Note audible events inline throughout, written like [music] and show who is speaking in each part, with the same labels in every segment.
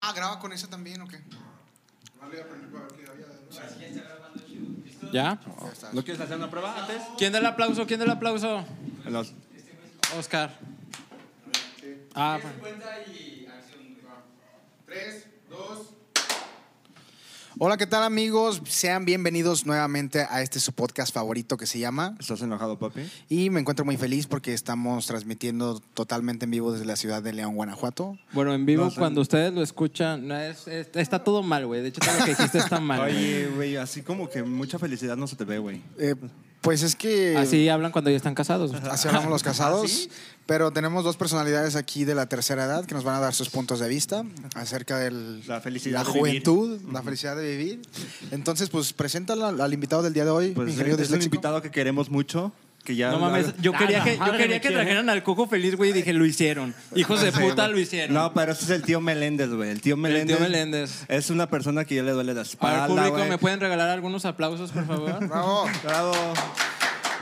Speaker 1: Ah, graba con esa también o qué? Ya
Speaker 2: ¿Ya?
Speaker 1: está.
Speaker 3: ¿No quieres hacer una prueba antes?
Speaker 2: ¿Quién da el aplauso? ¿Quién da el aplauso? Oscar. Ah, bueno.
Speaker 1: Hola, ¿qué tal amigos? Sean bienvenidos nuevamente a este su podcast favorito que se llama.
Speaker 3: ¿Estás enojado, papi?
Speaker 1: Y me encuentro muy feliz porque estamos transmitiendo totalmente en vivo desde la ciudad de León, Guanajuato.
Speaker 2: Bueno, en vivo,
Speaker 3: No, son-
Speaker 2: cuando ustedes lo escuchan, no, es- es- está todo mal, güey. De hecho, todo lo que dijiste está mal. güey.
Speaker 3: Oye, güey, así como que mucha felicidad no se te ve, güey.
Speaker 1: Eh, pues es que...
Speaker 2: Así hablan cuando ya están casados.
Speaker 3: Ah,
Speaker 1: Así hablamos
Speaker 3: [laughs]
Speaker 1: los casados. Pero tenemos dos personalidades aquí de la tercera edad que nos van a dar sus puntos de vista acerca de
Speaker 3: La felicidad
Speaker 1: la
Speaker 3: de vivir.
Speaker 1: juventud, la felicidad de vivir. Entonces, pues preséntala al, al invitado del día de hoy,
Speaker 3: Pues
Speaker 1: ingeniero
Speaker 3: es un
Speaker 1: disléxico.
Speaker 3: invitado que queremos mucho. Que ya
Speaker 2: No mames, yo
Speaker 4: Ah,
Speaker 2: quería
Speaker 4: la
Speaker 2: que, yo
Speaker 4: madre
Speaker 2: quería
Speaker 4: me
Speaker 2: que
Speaker 4: quiere.
Speaker 2: trajeran al coco feliz, güey, y dije, lo
Speaker 3: [laughs]
Speaker 2: hicieron. Hijos de puta, lo hicieron.
Speaker 3: No, pero ese es el tío Meléndez, güey. El tío Meléndez.
Speaker 2: Meléndez.
Speaker 3: Es una persona que ya le duele la
Speaker 2: Para
Speaker 3: espalda.
Speaker 2: el público,
Speaker 3: güey.
Speaker 2: ¿me pueden regalar algunos aplausos, por favor?
Speaker 1: Bravo,
Speaker 3: Bravo.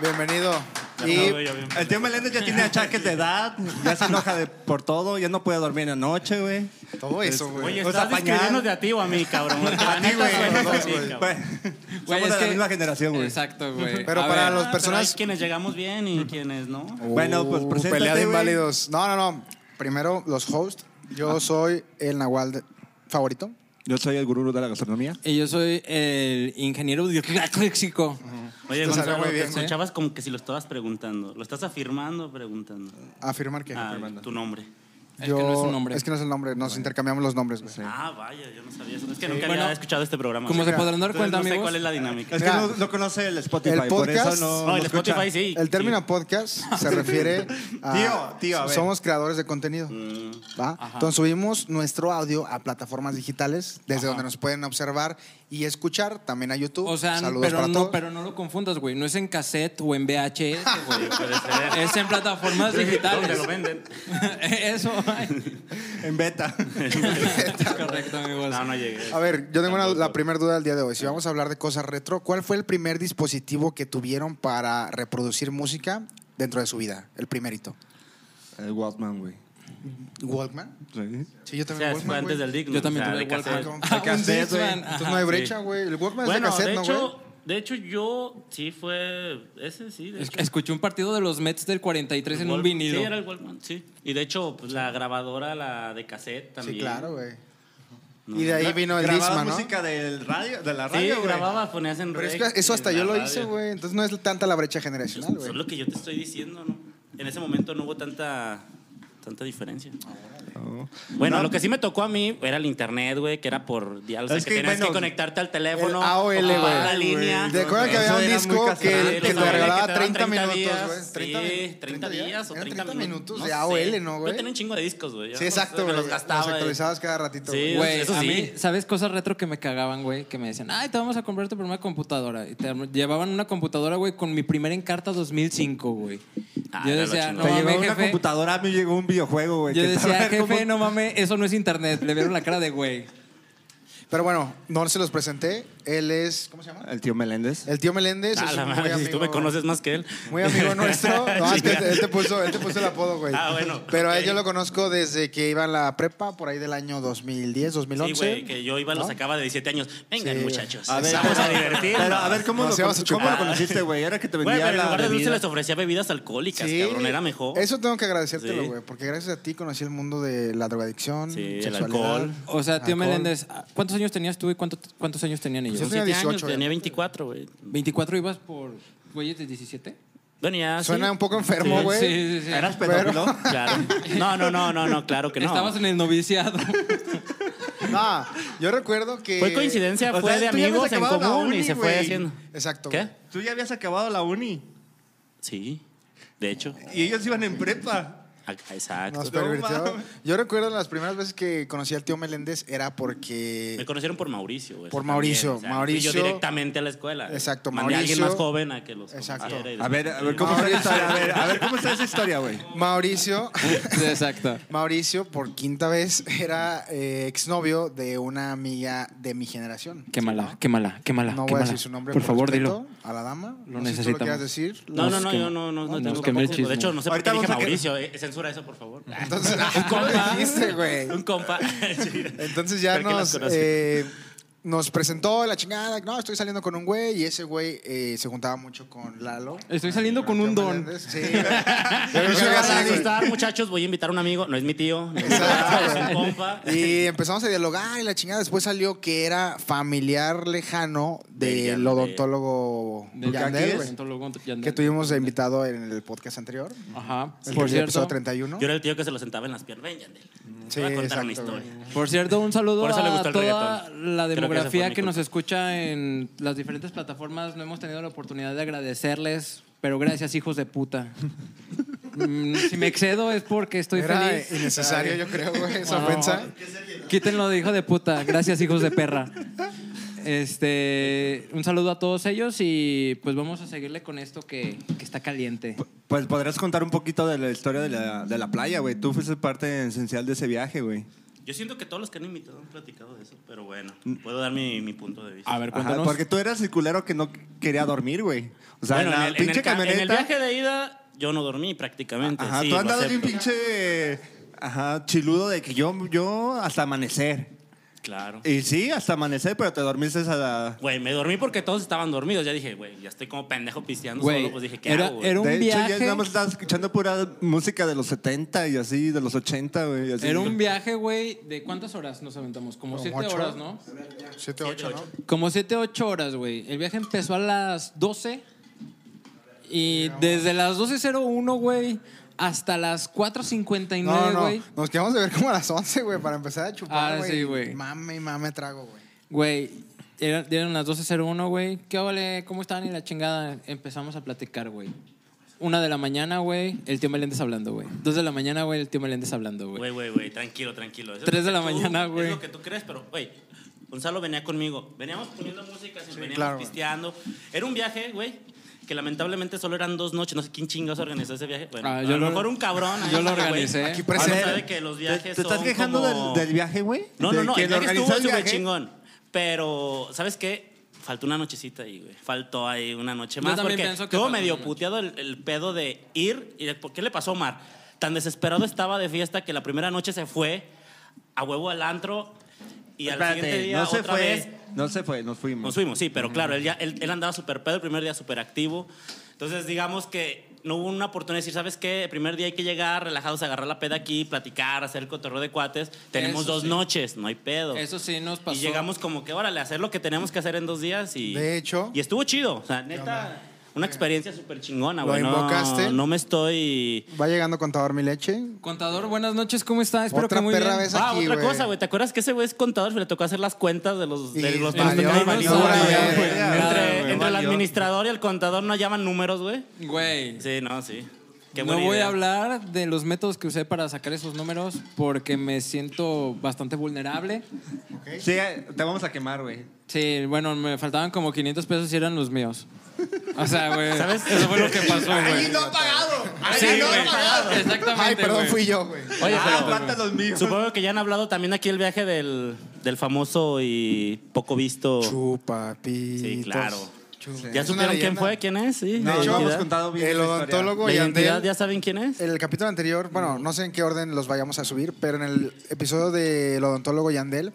Speaker 1: bienvenido.
Speaker 4: Ya me
Speaker 1: Y
Speaker 4: ya bien.
Speaker 3: El tío Meléndez ya tiene achaques de edad, ya se enoja de, por todo, ya no puede dormir en la noche, güey.
Speaker 1: todo eso, güey.
Speaker 4: Oye,
Speaker 3: O sea,
Speaker 4: estás
Speaker 3: pañal.
Speaker 4: describiéndote a ti o a mí,
Speaker 3: [laughs]
Speaker 4: cabrón. Porque la neta
Speaker 1: güey,
Speaker 4: suena
Speaker 1: los
Speaker 4: que
Speaker 1: dos,
Speaker 4: sí,
Speaker 1: güey.
Speaker 4: cabrón.
Speaker 3: Güey,
Speaker 2: [laughs] Güey, es
Speaker 3: Somos de la
Speaker 2: que-
Speaker 3: misma generación, güey.
Speaker 2: Exacto, güey.
Speaker 1: Pero
Speaker 2: A
Speaker 1: para los
Speaker 2: ver,
Speaker 4: Ah, pero hay
Speaker 1: personas...
Speaker 4: quienes llegamos bien y quienes no.
Speaker 3: Bueno, pues, preséntate,
Speaker 1: Uh, Pelea de
Speaker 3: güey.
Speaker 1: inválidos. No, no, no. Primero, los hosts. Yo
Speaker 3: Ah.
Speaker 1: soy el Nahual de- favorito.
Speaker 3: Yo soy el gurú de la gastronomía.
Speaker 2: Y yo soy el ingeniero diocláxico.
Speaker 4: Oye,
Speaker 1: Esto salió
Speaker 4: Gonzalo,
Speaker 1: muy
Speaker 4: te
Speaker 1: bien, ¿eh?
Speaker 4: escuchabas como que si lo estabas preguntando. ¿Lo estás afirmando o preguntando?
Speaker 1: Afirmar que...
Speaker 4: Ah, tu nombre.
Speaker 2: Es que no es un nombre.
Speaker 1: Es que no es el nombre. Nos intercambiamos los nombres, güey.
Speaker 4: Ah, vaya, yo no sabía eso. Es que nunca
Speaker 2: Bueno,
Speaker 4: había escuchado este programa.
Speaker 2: Como se
Speaker 4: Entonces,
Speaker 2: podrán dar cuenta,
Speaker 4: no sé
Speaker 2: amigos.
Speaker 4: cuál es la dinámica.
Speaker 3: Es que
Speaker 1: Mira.
Speaker 3: no, no conoce el Spotify,
Speaker 1: El
Speaker 3: por
Speaker 1: podcast-
Speaker 3: eso no.
Speaker 4: No, el
Speaker 3: no eh, escucha.
Speaker 4: Spotify sí.
Speaker 1: El término
Speaker 4: sí.
Speaker 2: [laughs]
Speaker 1: podcast se refiere a.
Speaker 3: Tío, tío, a ver.
Speaker 1: Somos creadores de contenido.
Speaker 2: Mm.
Speaker 1: ¿va? Entonces subimos nuestro audio a plataformas digitales, desde donde nos pueden observar y escuchar, también a YouTube.
Speaker 2: O sea,
Speaker 1: Saludos
Speaker 2: pero
Speaker 1: para
Speaker 2: no,
Speaker 1: todos.
Speaker 2: pero no lo confundas, güey. No es en cassette o en VHS, güey.
Speaker 4: Puede ser.
Speaker 2: es en plataformas digitales.
Speaker 4: Donde lo venden.
Speaker 2: [laughs] Eso, ay.
Speaker 3: En beta.
Speaker 2: es correcto, amigos.
Speaker 4: No, no llegué.
Speaker 1: A ver, yo tengo una- la
Speaker 4: Tampoco.
Speaker 1: primera duda del día de hoy. Si vamos a hablar de cosas retro, ¿cuál fue el primer dispositivo que tuvieron para reproducir música dentro de su vida? El primerito.
Speaker 3: [laughs] el Walkman, güey.
Speaker 1: ¿Walkman?
Speaker 3: Sí.
Speaker 1: Sí, yo también.
Speaker 4: O sea, fue
Speaker 1: Walkman,
Speaker 4: antes
Speaker 1: güey.
Speaker 4: del digno.
Speaker 2: Yo también
Speaker 4: o sea,
Speaker 2: tuve
Speaker 4: de
Speaker 2: Walkman.
Speaker 4: [laughs] cassette.
Speaker 1: Ah,
Speaker 2: Ah,
Speaker 1: con
Speaker 2: un
Speaker 1: disc,
Speaker 2: Discman.
Speaker 1: güey. Entonces no hay
Speaker 4: sí.
Speaker 1: brecha, güey. El Walkman
Speaker 4: Bueno,
Speaker 1: es de cassette,
Speaker 4: de
Speaker 1: ¿no, güey?
Speaker 4: hecho, de hecho yo sí fue ese sí, de
Speaker 2: Es-
Speaker 4: hecho.
Speaker 2: Escuché un partido de los Mets del 43 en un
Speaker 4: Wal-
Speaker 2: vinilo.
Speaker 4: Sí, era el Walkman, sí. Y de hecho, pues, la grabadora, la de cassette también.
Speaker 1: Sí, claro, güey. Y de ahí vino el
Speaker 3: Grababas
Speaker 1: Discman, ¿no?
Speaker 3: música del radio, de la
Speaker 4: Sí,
Speaker 3: radio, güey.
Speaker 4: grababa, ponías en
Speaker 1: Pero es
Speaker 4: rec
Speaker 1: que eso
Speaker 4: y
Speaker 1: hasta
Speaker 4: en
Speaker 1: yo
Speaker 4: la
Speaker 1: lo
Speaker 4: radio.
Speaker 1: hice, güey. Entonces no es tanta la brecha generacional,
Speaker 4: Eso
Speaker 1: güey.
Speaker 4: es lo que yo te estoy diciendo, ¿no? En ese momento no hubo tanta, tanta diferencia.
Speaker 1: Ah,
Speaker 3: Oh.
Speaker 4: Bueno,
Speaker 3: No.
Speaker 4: lo que sí me tocó a mí era el internet, güey, que era por dial. O sea,
Speaker 3: Es
Speaker 4: que,
Speaker 3: que,
Speaker 4: tenías
Speaker 3: bueno,
Speaker 4: que conectarte al teléfono.
Speaker 1: el AOL,
Speaker 4: ocupar
Speaker 1: güey.
Speaker 4: la línea.
Speaker 1: ¿Te acuerdas que
Speaker 3: Eso
Speaker 1: había un
Speaker 3: era muy
Speaker 1: disco
Speaker 3: casado.
Speaker 4: Sí,
Speaker 1: que,
Speaker 4: los
Speaker 1: que te
Speaker 4: AOL
Speaker 1: regalaba
Speaker 4: te daban
Speaker 1: 30 minutos,
Speaker 4: días,
Speaker 1: güey? 30,
Speaker 4: sí,
Speaker 1: min-
Speaker 4: 30 días o
Speaker 1: Eran
Speaker 4: 30
Speaker 1: minutos
Speaker 4: no
Speaker 1: de
Speaker 4: sé.
Speaker 1: AOL, ¿no, güey?
Speaker 4: Yo tenía un chingo de discos, güey. ya,
Speaker 1: Sí,
Speaker 4: o sea,
Speaker 1: exacto,
Speaker 4: Me
Speaker 1: güey.
Speaker 4: los gastaba. eh.
Speaker 1: Los
Speaker 4: güey.
Speaker 1: actualizabas cada ratito,
Speaker 4: Sí,
Speaker 1: güey.
Speaker 2: Güey,
Speaker 4: Eso
Speaker 2: a
Speaker 4: sí.
Speaker 2: mí, ¿sabes cosas retro que me cagaban, güey? Que me decían, ay, te vamos a comprar tu primera computadora. Y te am- llevaban una computadora, güey, con mi primera encarta 2005, güey.
Speaker 4: Ah,
Speaker 2: yo
Speaker 4: era lo
Speaker 2: decía, no
Speaker 4: chingón.
Speaker 3: Te
Speaker 2: mames,
Speaker 3: llegó una
Speaker 2: jefe.
Speaker 3: computadora, a mí llegó un videojuego, güey.
Speaker 2: Yo
Speaker 3: que
Speaker 2: decía,
Speaker 3: estaba
Speaker 2: jefe,
Speaker 3: como-
Speaker 2: no mames, eso no es internet. Le vieron la cara de güey.
Speaker 1: Pero bueno, no se los presenté. Él es. ¿Cómo se llama?
Speaker 3: El tío Meléndez.
Speaker 1: El tío Meléndez.
Speaker 4: Ah,
Speaker 1: es
Speaker 4: la
Speaker 1: un
Speaker 4: madre,
Speaker 1: muy
Speaker 4: si tú me
Speaker 1: amigo-
Speaker 4: conoces más que él.
Speaker 1: Muy
Speaker 4: [laughs]
Speaker 1: amigo nuestro. No, es que él te puso, él te puso el apodo, güey.
Speaker 4: Ah, bueno,
Speaker 1: Pero a él
Speaker 4: ok.
Speaker 1: yo lo conozco desde que iba en la prepa, por ahí del año 2010, 2011.
Speaker 4: Sí, güey, que yo iba, lo
Speaker 1: ¿No?
Speaker 4: sacaba de 17 años. Vengan,
Speaker 1: Sí.
Speaker 4: muchachos.
Speaker 1: A ver,
Speaker 4: vamos a
Speaker 3: pero-
Speaker 4: divertir.
Speaker 3: Pero a ver, ¿cómo,
Speaker 1: Nos
Speaker 3: lo,
Speaker 1: íbamos a
Speaker 3: con- ¿cómo
Speaker 1: chupar.
Speaker 3: lo conociste, güey? Era que te
Speaker 4: Güey,
Speaker 3: vendía
Speaker 4: pero en
Speaker 3: la
Speaker 4: lugar de dulce
Speaker 3: bebida.
Speaker 4: les ofrecía bebidas alcohólicas,
Speaker 1: Sí.
Speaker 4: cabrón. Era mejor.
Speaker 1: Eso tengo que agradecértelo,
Speaker 4: Sí.
Speaker 1: güey, porque gracias a ti conocí el mundo de la drogadicción,
Speaker 4: Sí, el
Speaker 1: sexualidad.
Speaker 4: alcohol.
Speaker 2: O sea, tío
Speaker 1: Alcohol.
Speaker 2: Meléndez, ah, ¿cuántos años tenías tú y cuánto- cuántos años tenían
Speaker 4: Yo
Speaker 1: tenía
Speaker 2: ellos?
Speaker 4: tenía 18.
Speaker 1: 18, ya.
Speaker 4: Tenía 24, güey.
Speaker 2: ¿24 ibas por güeyes de 17?
Speaker 4: Bueno, ya. ¿Ah, sí.
Speaker 1: Suena un poco enfermo,
Speaker 4: Sí.
Speaker 1: güey.
Speaker 2: Sí, sí, sí.
Speaker 3: ¿Eras
Speaker 1: Pero-
Speaker 3: pedófilo?
Speaker 4: [laughs] Claro. No, no, no, no, no, claro que no.
Speaker 2: Estabas en el noviciado.
Speaker 1: No, yo recuerdo que...
Speaker 4: Fue coincidencia,
Speaker 3: O
Speaker 4: fue
Speaker 3: sea,
Speaker 4: de
Speaker 3: tú ya habías
Speaker 4: amigos en
Speaker 3: acabado la
Speaker 4: común
Speaker 3: uni,
Speaker 4: y se fue
Speaker 3: güey.
Speaker 4: haciendo.
Speaker 1: Exacto.
Speaker 4: ¿Qué?
Speaker 1: güey.
Speaker 3: Tú ya habías acabado la uni.
Speaker 4: Sí, de hecho.
Speaker 3: Y ellos iban en prepa.
Speaker 4: Ah, Exacto.
Speaker 1: Nos
Speaker 3: No
Speaker 1: pervirtió.
Speaker 3: mames.
Speaker 1: Yo recuerdo las primeras veces que conocí al tío Meléndez era
Speaker 4: Me
Speaker 1: porque...
Speaker 4: conocieron por Mauricio, güey.
Speaker 1: Por
Speaker 4: también,
Speaker 1: Mauricio,
Speaker 4: fui
Speaker 1: Mauricio-
Speaker 4: yo directamente a la escuela. güey.
Speaker 1: Exacto,
Speaker 4: Mandé a alguien
Speaker 1: Mauricio-
Speaker 4: más joven a que los.
Speaker 1: Exacto.
Speaker 4: conociera y
Speaker 3: A ver, a ver,
Speaker 4: después-
Speaker 3: ¿cómo
Speaker 1: Ahora
Speaker 3: está esa
Speaker 1: sí.
Speaker 3: historia? A ver, a ver, ¿cómo está esa historia, güey?
Speaker 1: Mauricio, [laughs]
Speaker 2: Sí, Exacto.
Speaker 1: Mauricio, por quinta vez, era eh, exnovio de una amiga de mi generación.
Speaker 2: Quémala, quémala, quémala.
Speaker 1: No voy a
Speaker 2: quémala.
Speaker 1: decir su nombre.
Speaker 2: Por favor,
Speaker 1: respeto
Speaker 2: dilo.
Speaker 1: A la dama. no sé si
Speaker 2: Lo
Speaker 1: tú lo
Speaker 2: necesitamos.
Speaker 1: quieras decir.
Speaker 4: [laughs] No, no, no,
Speaker 2: Nos
Speaker 4: yo no, no,
Speaker 2: quemó-
Speaker 4: no
Speaker 2: nos
Speaker 4: tengo
Speaker 2: quemó el
Speaker 4: tampoco- De
Speaker 2: chisme.
Speaker 4: hecho, no sé por
Speaker 3: Ahorita
Speaker 4: qué dije
Speaker 3: vamos a que-
Speaker 4: Mauricio. eh, Censura eso,
Speaker 1: [laughs]
Speaker 4: por favor.
Speaker 1: Entonces, ay, ¿cómo dijiste, güey?
Speaker 4: Un compa.
Speaker 1: [laughs]
Speaker 4: Sí.
Speaker 1: Entonces ya
Speaker 4: Creo que las
Speaker 1: nos,
Speaker 4: conocí.
Speaker 1: eh, nos presentó la chingada. No, estoy saliendo con un güey y ese güey eh, se juntaba mucho con Lalo.
Speaker 2: Estoy saliendo con un don.
Speaker 1: Sí. güey. Yo creo
Speaker 4: No
Speaker 1: que
Speaker 4: se
Speaker 1: era
Speaker 4: van a
Speaker 1: así, güey.
Speaker 4: asustar, muchachos. Voy a invitar a un amigo. No es mi tío. no es mi
Speaker 1: Exacto,
Speaker 4: papá, es un
Speaker 1: güey.
Speaker 4: compa.
Speaker 1: Y empezamos a dialogar y la chingada. Después salió que era familiar lejano
Speaker 4: De
Speaker 1: del
Speaker 4: Yan-
Speaker 1: odontólogo
Speaker 2: Del
Speaker 1: Yandel,
Speaker 2: Yaquis,
Speaker 1: güey,
Speaker 2: odontólogo Yandel.
Speaker 1: que tuvimos de invitado en el podcast anterior.
Speaker 2: Ajá.
Speaker 1: el
Speaker 2: Por
Speaker 1: episodio
Speaker 2: cierto,
Speaker 1: 31.
Speaker 4: Yo era el tío que se lo sentaba en las piernas. Ven, Yandel.
Speaker 1: Sí,
Speaker 4: Te voy a contar una
Speaker 1: exacto,
Speaker 4: historia.
Speaker 2: por cierto, un saludo
Speaker 4: Por eso le
Speaker 2: a
Speaker 4: gustó el
Speaker 2: toda
Speaker 4: reggaetón.
Speaker 2: la
Speaker 4: Creo que ese fue
Speaker 2: demografía
Speaker 4: mi
Speaker 2: que nos
Speaker 4: culpa.
Speaker 2: escucha en las diferentes plataformas. No hemos tenido la oportunidad de agradecerles, pero gracias, hijos de puta. Mm, si me excedo es porque estoy
Speaker 1: Era
Speaker 2: feliz. Ah.
Speaker 1: innecesario, yo creo, güey, esa
Speaker 2: No,
Speaker 1: ofensa.
Speaker 2: Quítenlo de hijo de puta. Gracias, hijos de perra. Este, un saludo a todos ellos y pues vamos a seguirle con esto que, que está caliente.
Speaker 3: Pues podrías contar un poquito de la historia de la, de la playa, güey. Tú fuiste parte esencial de ese viaje, güey.
Speaker 4: Yo siento que todos los que han invitado han platicado de eso, pero bueno, puedo dar mi, mi punto de vista.
Speaker 2: A ver,
Speaker 3: Ajá,
Speaker 2: cuéntanos.
Speaker 3: porque tú eras el culero que no quería dormir, güey. O sea,
Speaker 4: bueno,
Speaker 3: en la
Speaker 4: en el, en
Speaker 3: pinche
Speaker 4: el ca- en el
Speaker 3: camioneta.
Speaker 4: viaje de ida yo no dormí prácticamente.
Speaker 3: Ajá,
Speaker 4: sí,
Speaker 3: tú
Speaker 4: lo
Speaker 3: andabas bien
Speaker 4: acepto.
Speaker 3: pinche. Ajá, chiludo de que yo, yo hasta amanecer.
Speaker 4: Claro.
Speaker 3: Y sí, hasta amanecer, pero te dormiste a la.
Speaker 4: Güey, me dormí porque todos estaban dormidos. Ya dije, güey, ya estoy como pendejo pisteando
Speaker 2: Güey,
Speaker 4: solo. Pues dije, ¿qué
Speaker 2: era-
Speaker 4: hago, güey?
Speaker 2: era un-
Speaker 3: de hecho,
Speaker 2: viaje-
Speaker 3: ya nada más estabas escuchando pura música de los 70 y así, de los 80, güey. y así.
Speaker 2: Era un viaje, güey, de cuántas horas nos aventamos? Como
Speaker 1: Como
Speaker 2: siete
Speaker 1: ocho.
Speaker 2: horas, ¿no?
Speaker 1: 7, 8, ¿no?
Speaker 2: Como siete, ocho horas, güey. El viaje empezó a las 12 y desde las 12.01, güey, hasta las 4.59,
Speaker 1: No, no,
Speaker 2: güey.
Speaker 1: nos quedamos de ver como a las 11, güey, para empezar a
Speaker 2: Ah,
Speaker 1: chupar, güey.
Speaker 2: sí, güey.
Speaker 1: Mame y mame trago, güey.
Speaker 2: Güey, era- dieron las 12.01, güey. ¿Qué vale? ¿Cómo están? Y la chingada. Empezamos a platicar, güey. Una de la mañana, güey, el tío Meléndez hablando, güey. Dos de la mañana, güey, el tío Meléndez hablando, güey.
Speaker 4: Güey, güey, güey, tranquilo, tranquilo. Eso es
Speaker 2: Tres
Speaker 4: lo
Speaker 2: de
Speaker 4: que
Speaker 2: la mañana, güey.
Speaker 4: Es lo que tú crees, pero, güey, Gonzalo venía conmigo. Veníamos poniendo música, sí, veníamos
Speaker 1: claro, güey.
Speaker 4: pisteando. Era un viaje, güey, que lamentablemente solo eran dos noches. No sé quién chingados organizó ese viaje. Bueno,
Speaker 2: Ah,
Speaker 4: a
Speaker 2: yo
Speaker 4: lo,
Speaker 2: lo-
Speaker 4: mejor un cabrón. ahí,
Speaker 2: yo lo
Speaker 4: [laughs] güey,
Speaker 2: organicé.
Speaker 4: Aquí
Speaker 1: presente.
Speaker 4: presente. sabe que los
Speaker 3: ¿Te,
Speaker 4: viajes
Speaker 3: te estás
Speaker 4: son
Speaker 3: quejando
Speaker 4: como-
Speaker 3: del, del viaje, güey?
Speaker 4: No, no,
Speaker 3: ¿De
Speaker 4: no,
Speaker 3: quién
Speaker 4: el viaje
Speaker 3: organizó
Speaker 4: estuvo
Speaker 3: el
Speaker 4: súper
Speaker 3: viaje?
Speaker 4: chingón. Pero, ¿sabes qué? Faltó una nochecita ahí, güey. Faltó ahí una noche
Speaker 2: Yo
Speaker 4: más.
Speaker 2: también
Speaker 4: porque
Speaker 2: pienso que
Speaker 4: estuvo
Speaker 2: faltó
Speaker 4: medio
Speaker 2: una noche.
Speaker 4: puteado el, el pedo de ir. Y de- ¿Por qué le pasó a Omar? Tan desesperado estaba de fiesta que la primera noche se fue a huevo al antro y al
Speaker 3: Espérate,
Speaker 4: siguiente día
Speaker 3: no se
Speaker 4: otra
Speaker 3: fue.
Speaker 4: vez
Speaker 3: No se fue, nos fuimos.
Speaker 4: nos fuimos, sí, pero claro, él, ya, él, él andaba súper pedo el primer día, súper activo. Entonces, digamos que no hubo una oportunidad de decir, ¿sabes qué? El primer día hay que llegar relajados, agarrar la peda aquí, platicar, hacer el cotorreo de cuates. Tenemos
Speaker 2: Eso
Speaker 4: dos
Speaker 2: sí.
Speaker 4: noches, no hay pedo.
Speaker 2: Eso sí nos pasó.
Speaker 4: Y llegamos como que, órale, a hacer lo que tenemos que hacer en dos días y...
Speaker 1: De hecho-
Speaker 4: Y estuvo chido. O sea, neta, una experiencia súper chingona,
Speaker 1: Lo
Speaker 4: güey. No-
Speaker 1: invocaste.
Speaker 4: No, me estoy...
Speaker 1: Va llegando contador mi leche.
Speaker 2: Contador, buenas noches, ¿cómo está? Espero
Speaker 1: Otra
Speaker 2: que muy
Speaker 1: perra
Speaker 2: bien.
Speaker 1: vez
Speaker 4: Ah,
Speaker 1: aquí,
Speaker 4: otra
Speaker 1: güey.
Speaker 4: cosa, güey. ¿Te acuerdas que ese güey es contador? Le tocó hacer las cuentas de los...
Speaker 1: Y
Speaker 4: De los
Speaker 1: valió,
Speaker 4: de
Speaker 1: valió,
Speaker 4: los- valió,
Speaker 1: valió,
Speaker 4: güey.
Speaker 1: valió,
Speaker 4: Entre,
Speaker 2: valió.
Speaker 4: entre el administrador y el contador no llaman números, güey.
Speaker 2: Güey.
Speaker 4: Sí, no, sí. Qué
Speaker 2: No
Speaker 4: buena
Speaker 2: voy
Speaker 4: idea.
Speaker 2: a hablar de los métodos que usé para sacar esos números porque me siento bastante vulnerable.
Speaker 3: Sí, eh, te vamos a quemar, güey.
Speaker 2: Sí, bueno, me faltaban como 500 pesos y eran los míos. O
Speaker 4: [laughs]
Speaker 2: sea, güey.
Speaker 4: ¿Sabes?
Speaker 2: Eso fue lo que pasó, güey.
Speaker 3: ha pagado!
Speaker 2: Sí, güey. Exactamente.
Speaker 1: Ay, perdón,
Speaker 2: güey.
Speaker 1: fui yo, güey.
Speaker 4: Oye,
Speaker 3: ah,
Speaker 4: pero-
Speaker 3: faltan los míos.
Speaker 4: Supongo que ya han hablado también aquí el viaje del, del famoso y poco visto.
Speaker 1: Chupapitos.
Speaker 4: Sí, claro.
Speaker 1: Chup-
Speaker 4: ¿Ya
Speaker 1: Es una
Speaker 4: supieron quién
Speaker 1: leyenda.
Speaker 4: fue? ¿Quién es?
Speaker 3: No,
Speaker 4: Sí. de
Speaker 3: no hemos
Speaker 4: identidad.
Speaker 3: contado bien.
Speaker 1: El
Speaker 3: la historia.
Speaker 1: odontólogo
Speaker 4: De identidad,
Speaker 1: Yandel.
Speaker 4: ¿ya saben quién es?
Speaker 1: El capítulo anterior, bueno, no sé en qué orden los vayamos a subir, pero en el episodio del odontólogo Yandel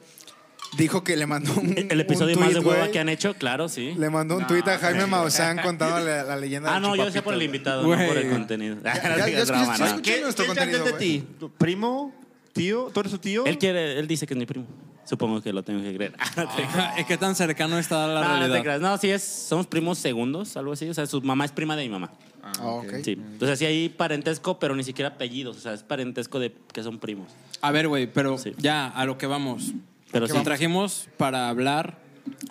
Speaker 1: dijo que le mandó un
Speaker 4: El, el episodio
Speaker 1: un
Speaker 4: más de
Speaker 1: tuit,
Speaker 4: hueva
Speaker 1: güey.
Speaker 4: que han hecho, claro, sí.
Speaker 1: Le mandó un
Speaker 4: No,
Speaker 1: tuit a Jaime
Speaker 4: sí.
Speaker 1: Maussan contándole la, la leyenda
Speaker 4: Ah,
Speaker 1: del
Speaker 4: no, yo decía
Speaker 1: Chupapito,
Speaker 4: por el
Speaker 1: güey.
Speaker 4: invitado,
Speaker 2: Güey.
Speaker 4: no por el contenido. [laughs]
Speaker 1: ya,
Speaker 4: No
Speaker 1: ya
Speaker 4: digas
Speaker 1: escuché-
Speaker 4: drama,
Speaker 1: ya
Speaker 4: no.
Speaker 1: escuché.
Speaker 3: ¿Qué,
Speaker 1: nuestro
Speaker 3: ¿qué
Speaker 1: contenido,
Speaker 3: Yandel de
Speaker 1: güey.
Speaker 3: ti? ¿Tu ¿Primo? ¿Tío? ¿Tú eres su tío?
Speaker 4: Él quiere, él dice que es mi primo. Supongo que lo tengo que creer. [laughs] No, te
Speaker 2: [laughs]
Speaker 4: creas.
Speaker 2: Es que tan cercano está la
Speaker 4: No, no te
Speaker 2: realidad.
Speaker 4: creas. No, sí es, somos primos segundos, algo así. O sea, su mamá es prima de mi mamá.
Speaker 1: Ah, ok.
Speaker 4: Sí. Entonces sí hay parentesco, pero ni siquiera apellidos. O sea, es parentesco de que son primos.
Speaker 2: A ver, güey, pero
Speaker 4: Sí.
Speaker 2: ya, a lo que vamos.
Speaker 4: Pero
Speaker 2: Te
Speaker 4: sí.
Speaker 2: trajimos para hablar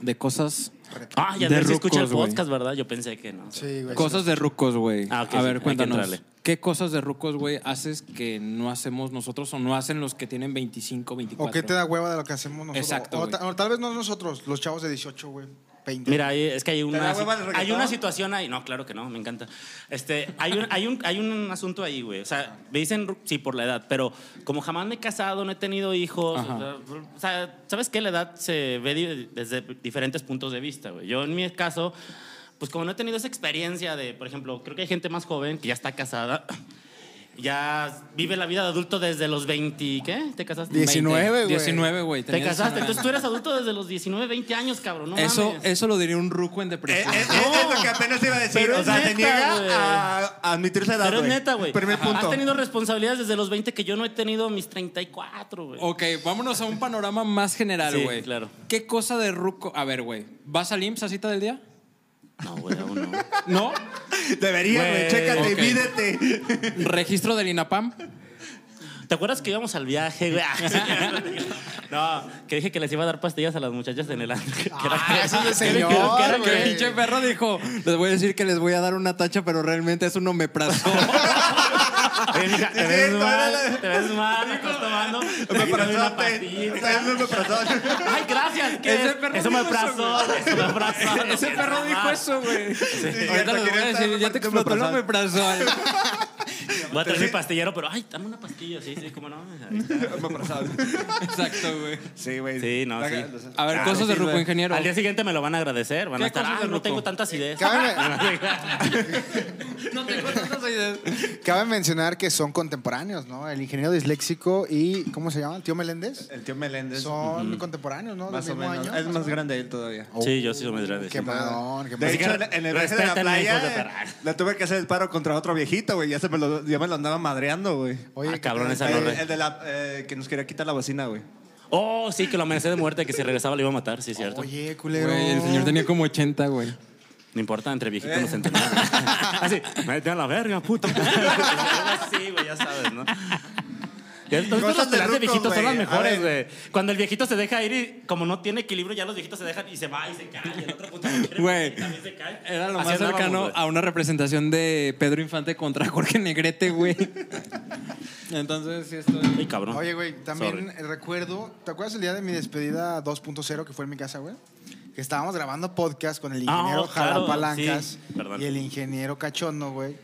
Speaker 2: de cosas.
Speaker 4: Ah, ya
Speaker 2: De
Speaker 4: de sí escucha el
Speaker 2: rucos, güey.
Speaker 4: podcast, ¿verdad? Yo pensé que no.
Speaker 1: Sí, güey.
Speaker 2: Cosas de rucos, güey.
Speaker 4: Ah, ok,
Speaker 2: a
Speaker 4: sí,
Speaker 2: ver,
Speaker 4: hay que
Speaker 2: cuéntanos.
Speaker 4: entrarle.
Speaker 2: ¿Qué cosas de rucos, güey, haces que no hacemos nosotros o no hacen los que tienen 25, 24?
Speaker 1: ¿O qué te da hueva de lo que hacemos nosotros?
Speaker 2: Exacto,
Speaker 1: O,
Speaker 2: güey.
Speaker 1: ta- o tal vez no nosotros, los chavos de 18, güey. 20.
Speaker 4: Mira, ahí- es que hay
Speaker 3: da
Speaker 4: una,
Speaker 3: hueva el reggaetón?
Speaker 4: hay una situación ahí. No, claro que no, me encanta. Este, hay, un, hay, un, hay un asunto ahí, güey. O sea, me dicen, ru- sí, por la edad, pero como jamás me he casado, no he tenido hijos.
Speaker 2: Ajá.
Speaker 4: O sea, o sea, ¿sabes qué? La edad se ve di- desde diferentes puntos de vista, güey. Yo en mi caso, pues como no he tenido esa experiencia de, por ejemplo, creo que hay gente más joven que ya está casada [clears throat] ya vive la vida de adulto desde los 20, ¿qué? ¿Te casaste?
Speaker 1: 19, güey.
Speaker 2: 19, güey.
Speaker 4: Te
Speaker 2: tenías
Speaker 4: casaste,
Speaker 2: una-
Speaker 4: entonces tú eres adulto desde los 19, 20 años, cabrón. No
Speaker 2: Eso,
Speaker 4: mames.
Speaker 2: eso lo diría un ruco en
Speaker 3: Es,
Speaker 2: depresión.
Speaker 3: es- Eh, es lo que apenas iba a decir.
Speaker 4: Pero
Speaker 3: o
Speaker 4: es
Speaker 3: sea, se
Speaker 4: neta,
Speaker 3: niega
Speaker 4: güey.
Speaker 3: a, a admitir su edad.
Speaker 4: Pero es neta, güey.
Speaker 3: Primer
Speaker 4: Ajá.
Speaker 3: punto.
Speaker 4: Has tenido responsabilidades desde los 20 que yo no he tenido a mis 34, güey.
Speaker 2: Ok, vámonos a un panorama más general,
Speaker 4: Sí,
Speaker 2: güey.
Speaker 4: claro.
Speaker 2: ¿Qué cosa de ruco? A ver, güey. ¿Vas al IMSS a cita del día?
Speaker 4: No, güey, aún no.
Speaker 2: ¿No?
Speaker 3: Debería,
Speaker 4: Güey.
Speaker 3: güey. Chécate,
Speaker 2: Ok.
Speaker 3: mídete.
Speaker 2: ¿Registro del INAPAM?
Speaker 4: ¿Te acuerdas que íbamos al viaje, güey? no, que dije que les iba a dar pastillas a las muchachas en el antro. Que era-
Speaker 1: Ah, eso es de
Speaker 4: que era-
Speaker 1: señor,
Speaker 4: que era- que era-
Speaker 1: güey.
Speaker 2: El pinche perro dijo, les voy a decir que les voy a dar una tacha, pero realmente es un omeprazol.
Speaker 4: Oye, mija, te
Speaker 3: Sí,
Speaker 4: ves
Speaker 3: toda
Speaker 4: mal,
Speaker 3: la-
Speaker 4: te ves mal, me estás tomando.
Speaker 3: Me
Speaker 4: Dame una
Speaker 3: parazote.
Speaker 4: pastillita.
Speaker 3: Me [laughs] parazote.
Speaker 4: Ay, gracias. ¿qué
Speaker 2: Ese
Speaker 4: es?
Speaker 2: perro
Speaker 4: eso me
Speaker 2: dijo eso,
Speaker 4: abrazó. Eso me abrazó.
Speaker 2: [laughs] Ese perro
Speaker 4: Ah.
Speaker 2: dijo eso, güey. Ahorita
Speaker 3: hasta
Speaker 2: les voy
Speaker 3: quería
Speaker 2: a decir,
Speaker 3: estar
Speaker 2: ya te
Speaker 3: repartiendo
Speaker 2: explotó el omeprazol.
Speaker 4: Voy a traer mi pastillero, pero ay, dame una pastilla. Sí, sí, cómo no. Ahí está.
Speaker 3: Me parazote.
Speaker 2: Exacto, güey.
Speaker 3: Sí, güey.
Speaker 4: Sí, no, sí.
Speaker 2: A ver,
Speaker 3: Ah,
Speaker 2: cosas
Speaker 3: sí,
Speaker 2: de ruco
Speaker 3: güey.
Speaker 2: ingeniero.
Speaker 4: Al día siguiente me lo van a agradecer. Van
Speaker 2: ¿Qué
Speaker 4: a estar,
Speaker 2: cosas
Speaker 4: ah,
Speaker 2: de
Speaker 4: no
Speaker 2: ruco?
Speaker 4: tengo tantas ideas.
Speaker 1: Cabe,
Speaker 2: No tengo tantas ideas.
Speaker 1: cabe mencionar que son contemporáneos, ¿no? El ingeniero disléxico y, ¿cómo se llama? ¿El tío Meléndez?
Speaker 3: El tío Meléndez.
Speaker 1: Son contemporáneos, ¿no? Del
Speaker 3: Más o
Speaker 1: mismo
Speaker 3: menos.
Speaker 1: año,
Speaker 3: Es más grande él todavía.
Speaker 4: [laughs] Sí, yo sí lo me agradezco.
Speaker 1: Quemadón,
Speaker 3: De
Speaker 1: quemadón.
Speaker 3: hecho,
Speaker 4: Así que
Speaker 3: en el viaje de la
Speaker 4: respétenme, hijos de
Speaker 3: playa,
Speaker 4: perra.
Speaker 3: la tuve que hacer el paro contra otro viejito, güey. Ya, se me lo, ya me lo andaba madreando, güey.
Speaker 1: Oye,
Speaker 4: Ah,
Speaker 1: ¿qué
Speaker 4: cabrón,
Speaker 1: tal?
Speaker 4: esa no
Speaker 3: El,
Speaker 4: re-
Speaker 3: el de la, eh, que nos quería quitar la bocina, güey.
Speaker 4: Oh, sí, que lo amenacé de muerte, que si regresaba lo iba a matar, sí, es cierto.
Speaker 1: Oye, culero.
Speaker 2: Güey, el señor tenía como 80, güey.
Speaker 4: No importa, entre
Speaker 3: Eh.
Speaker 4: viejitos
Speaker 3: [laughs]
Speaker 4: nos entendemos. Así, mete a [laughs] la verga, puto. Así, güey, ya sabes, ¿no? Ya, Entonces,
Speaker 3: Cosas de
Speaker 4: las peleas de
Speaker 3: rucos,
Speaker 4: viejitos son
Speaker 3: güey.
Speaker 4: las
Speaker 3: A
Speaker 4: mejores, güey.
Speaker 3: ver.
Speaker 4: Cuando el viejito se deja ir y como no tiene equilibrio, ya los viejitos se dejan y se va y se cae. Y el otro puto no quiere
Speaker 2: Güey,
Speaker 4: porque también se cae.
Speaker 2: Era lo
Speaker 4: Así
Speaker 2: más
Speaker 4: andábamos,
Speaker 2: cercano
Speaker 4: güey.
Speaker 2: a una representación de Pedro Infante contra Jorge Negrete, güey. Ah, Entonces, sí estoy...
Speaker 4: Ay, cabrón.
Speaker 1: Oye, güey, también
Speaker 4: Sorry.
Speaker 1: recuerdo, ¿te acuerdas el día de mi despedida 2.0 que fue en mi casa, güey? Que estábamos grabando podcast con el
Speaker 4: Ah,
Speaker 1: ingeniero
Speaker 4: claro,
Speaker 1: Jalapalancas
Speaker 4: sí, perdón.
Speaker 1: y el ingeniero Cachondo, güey.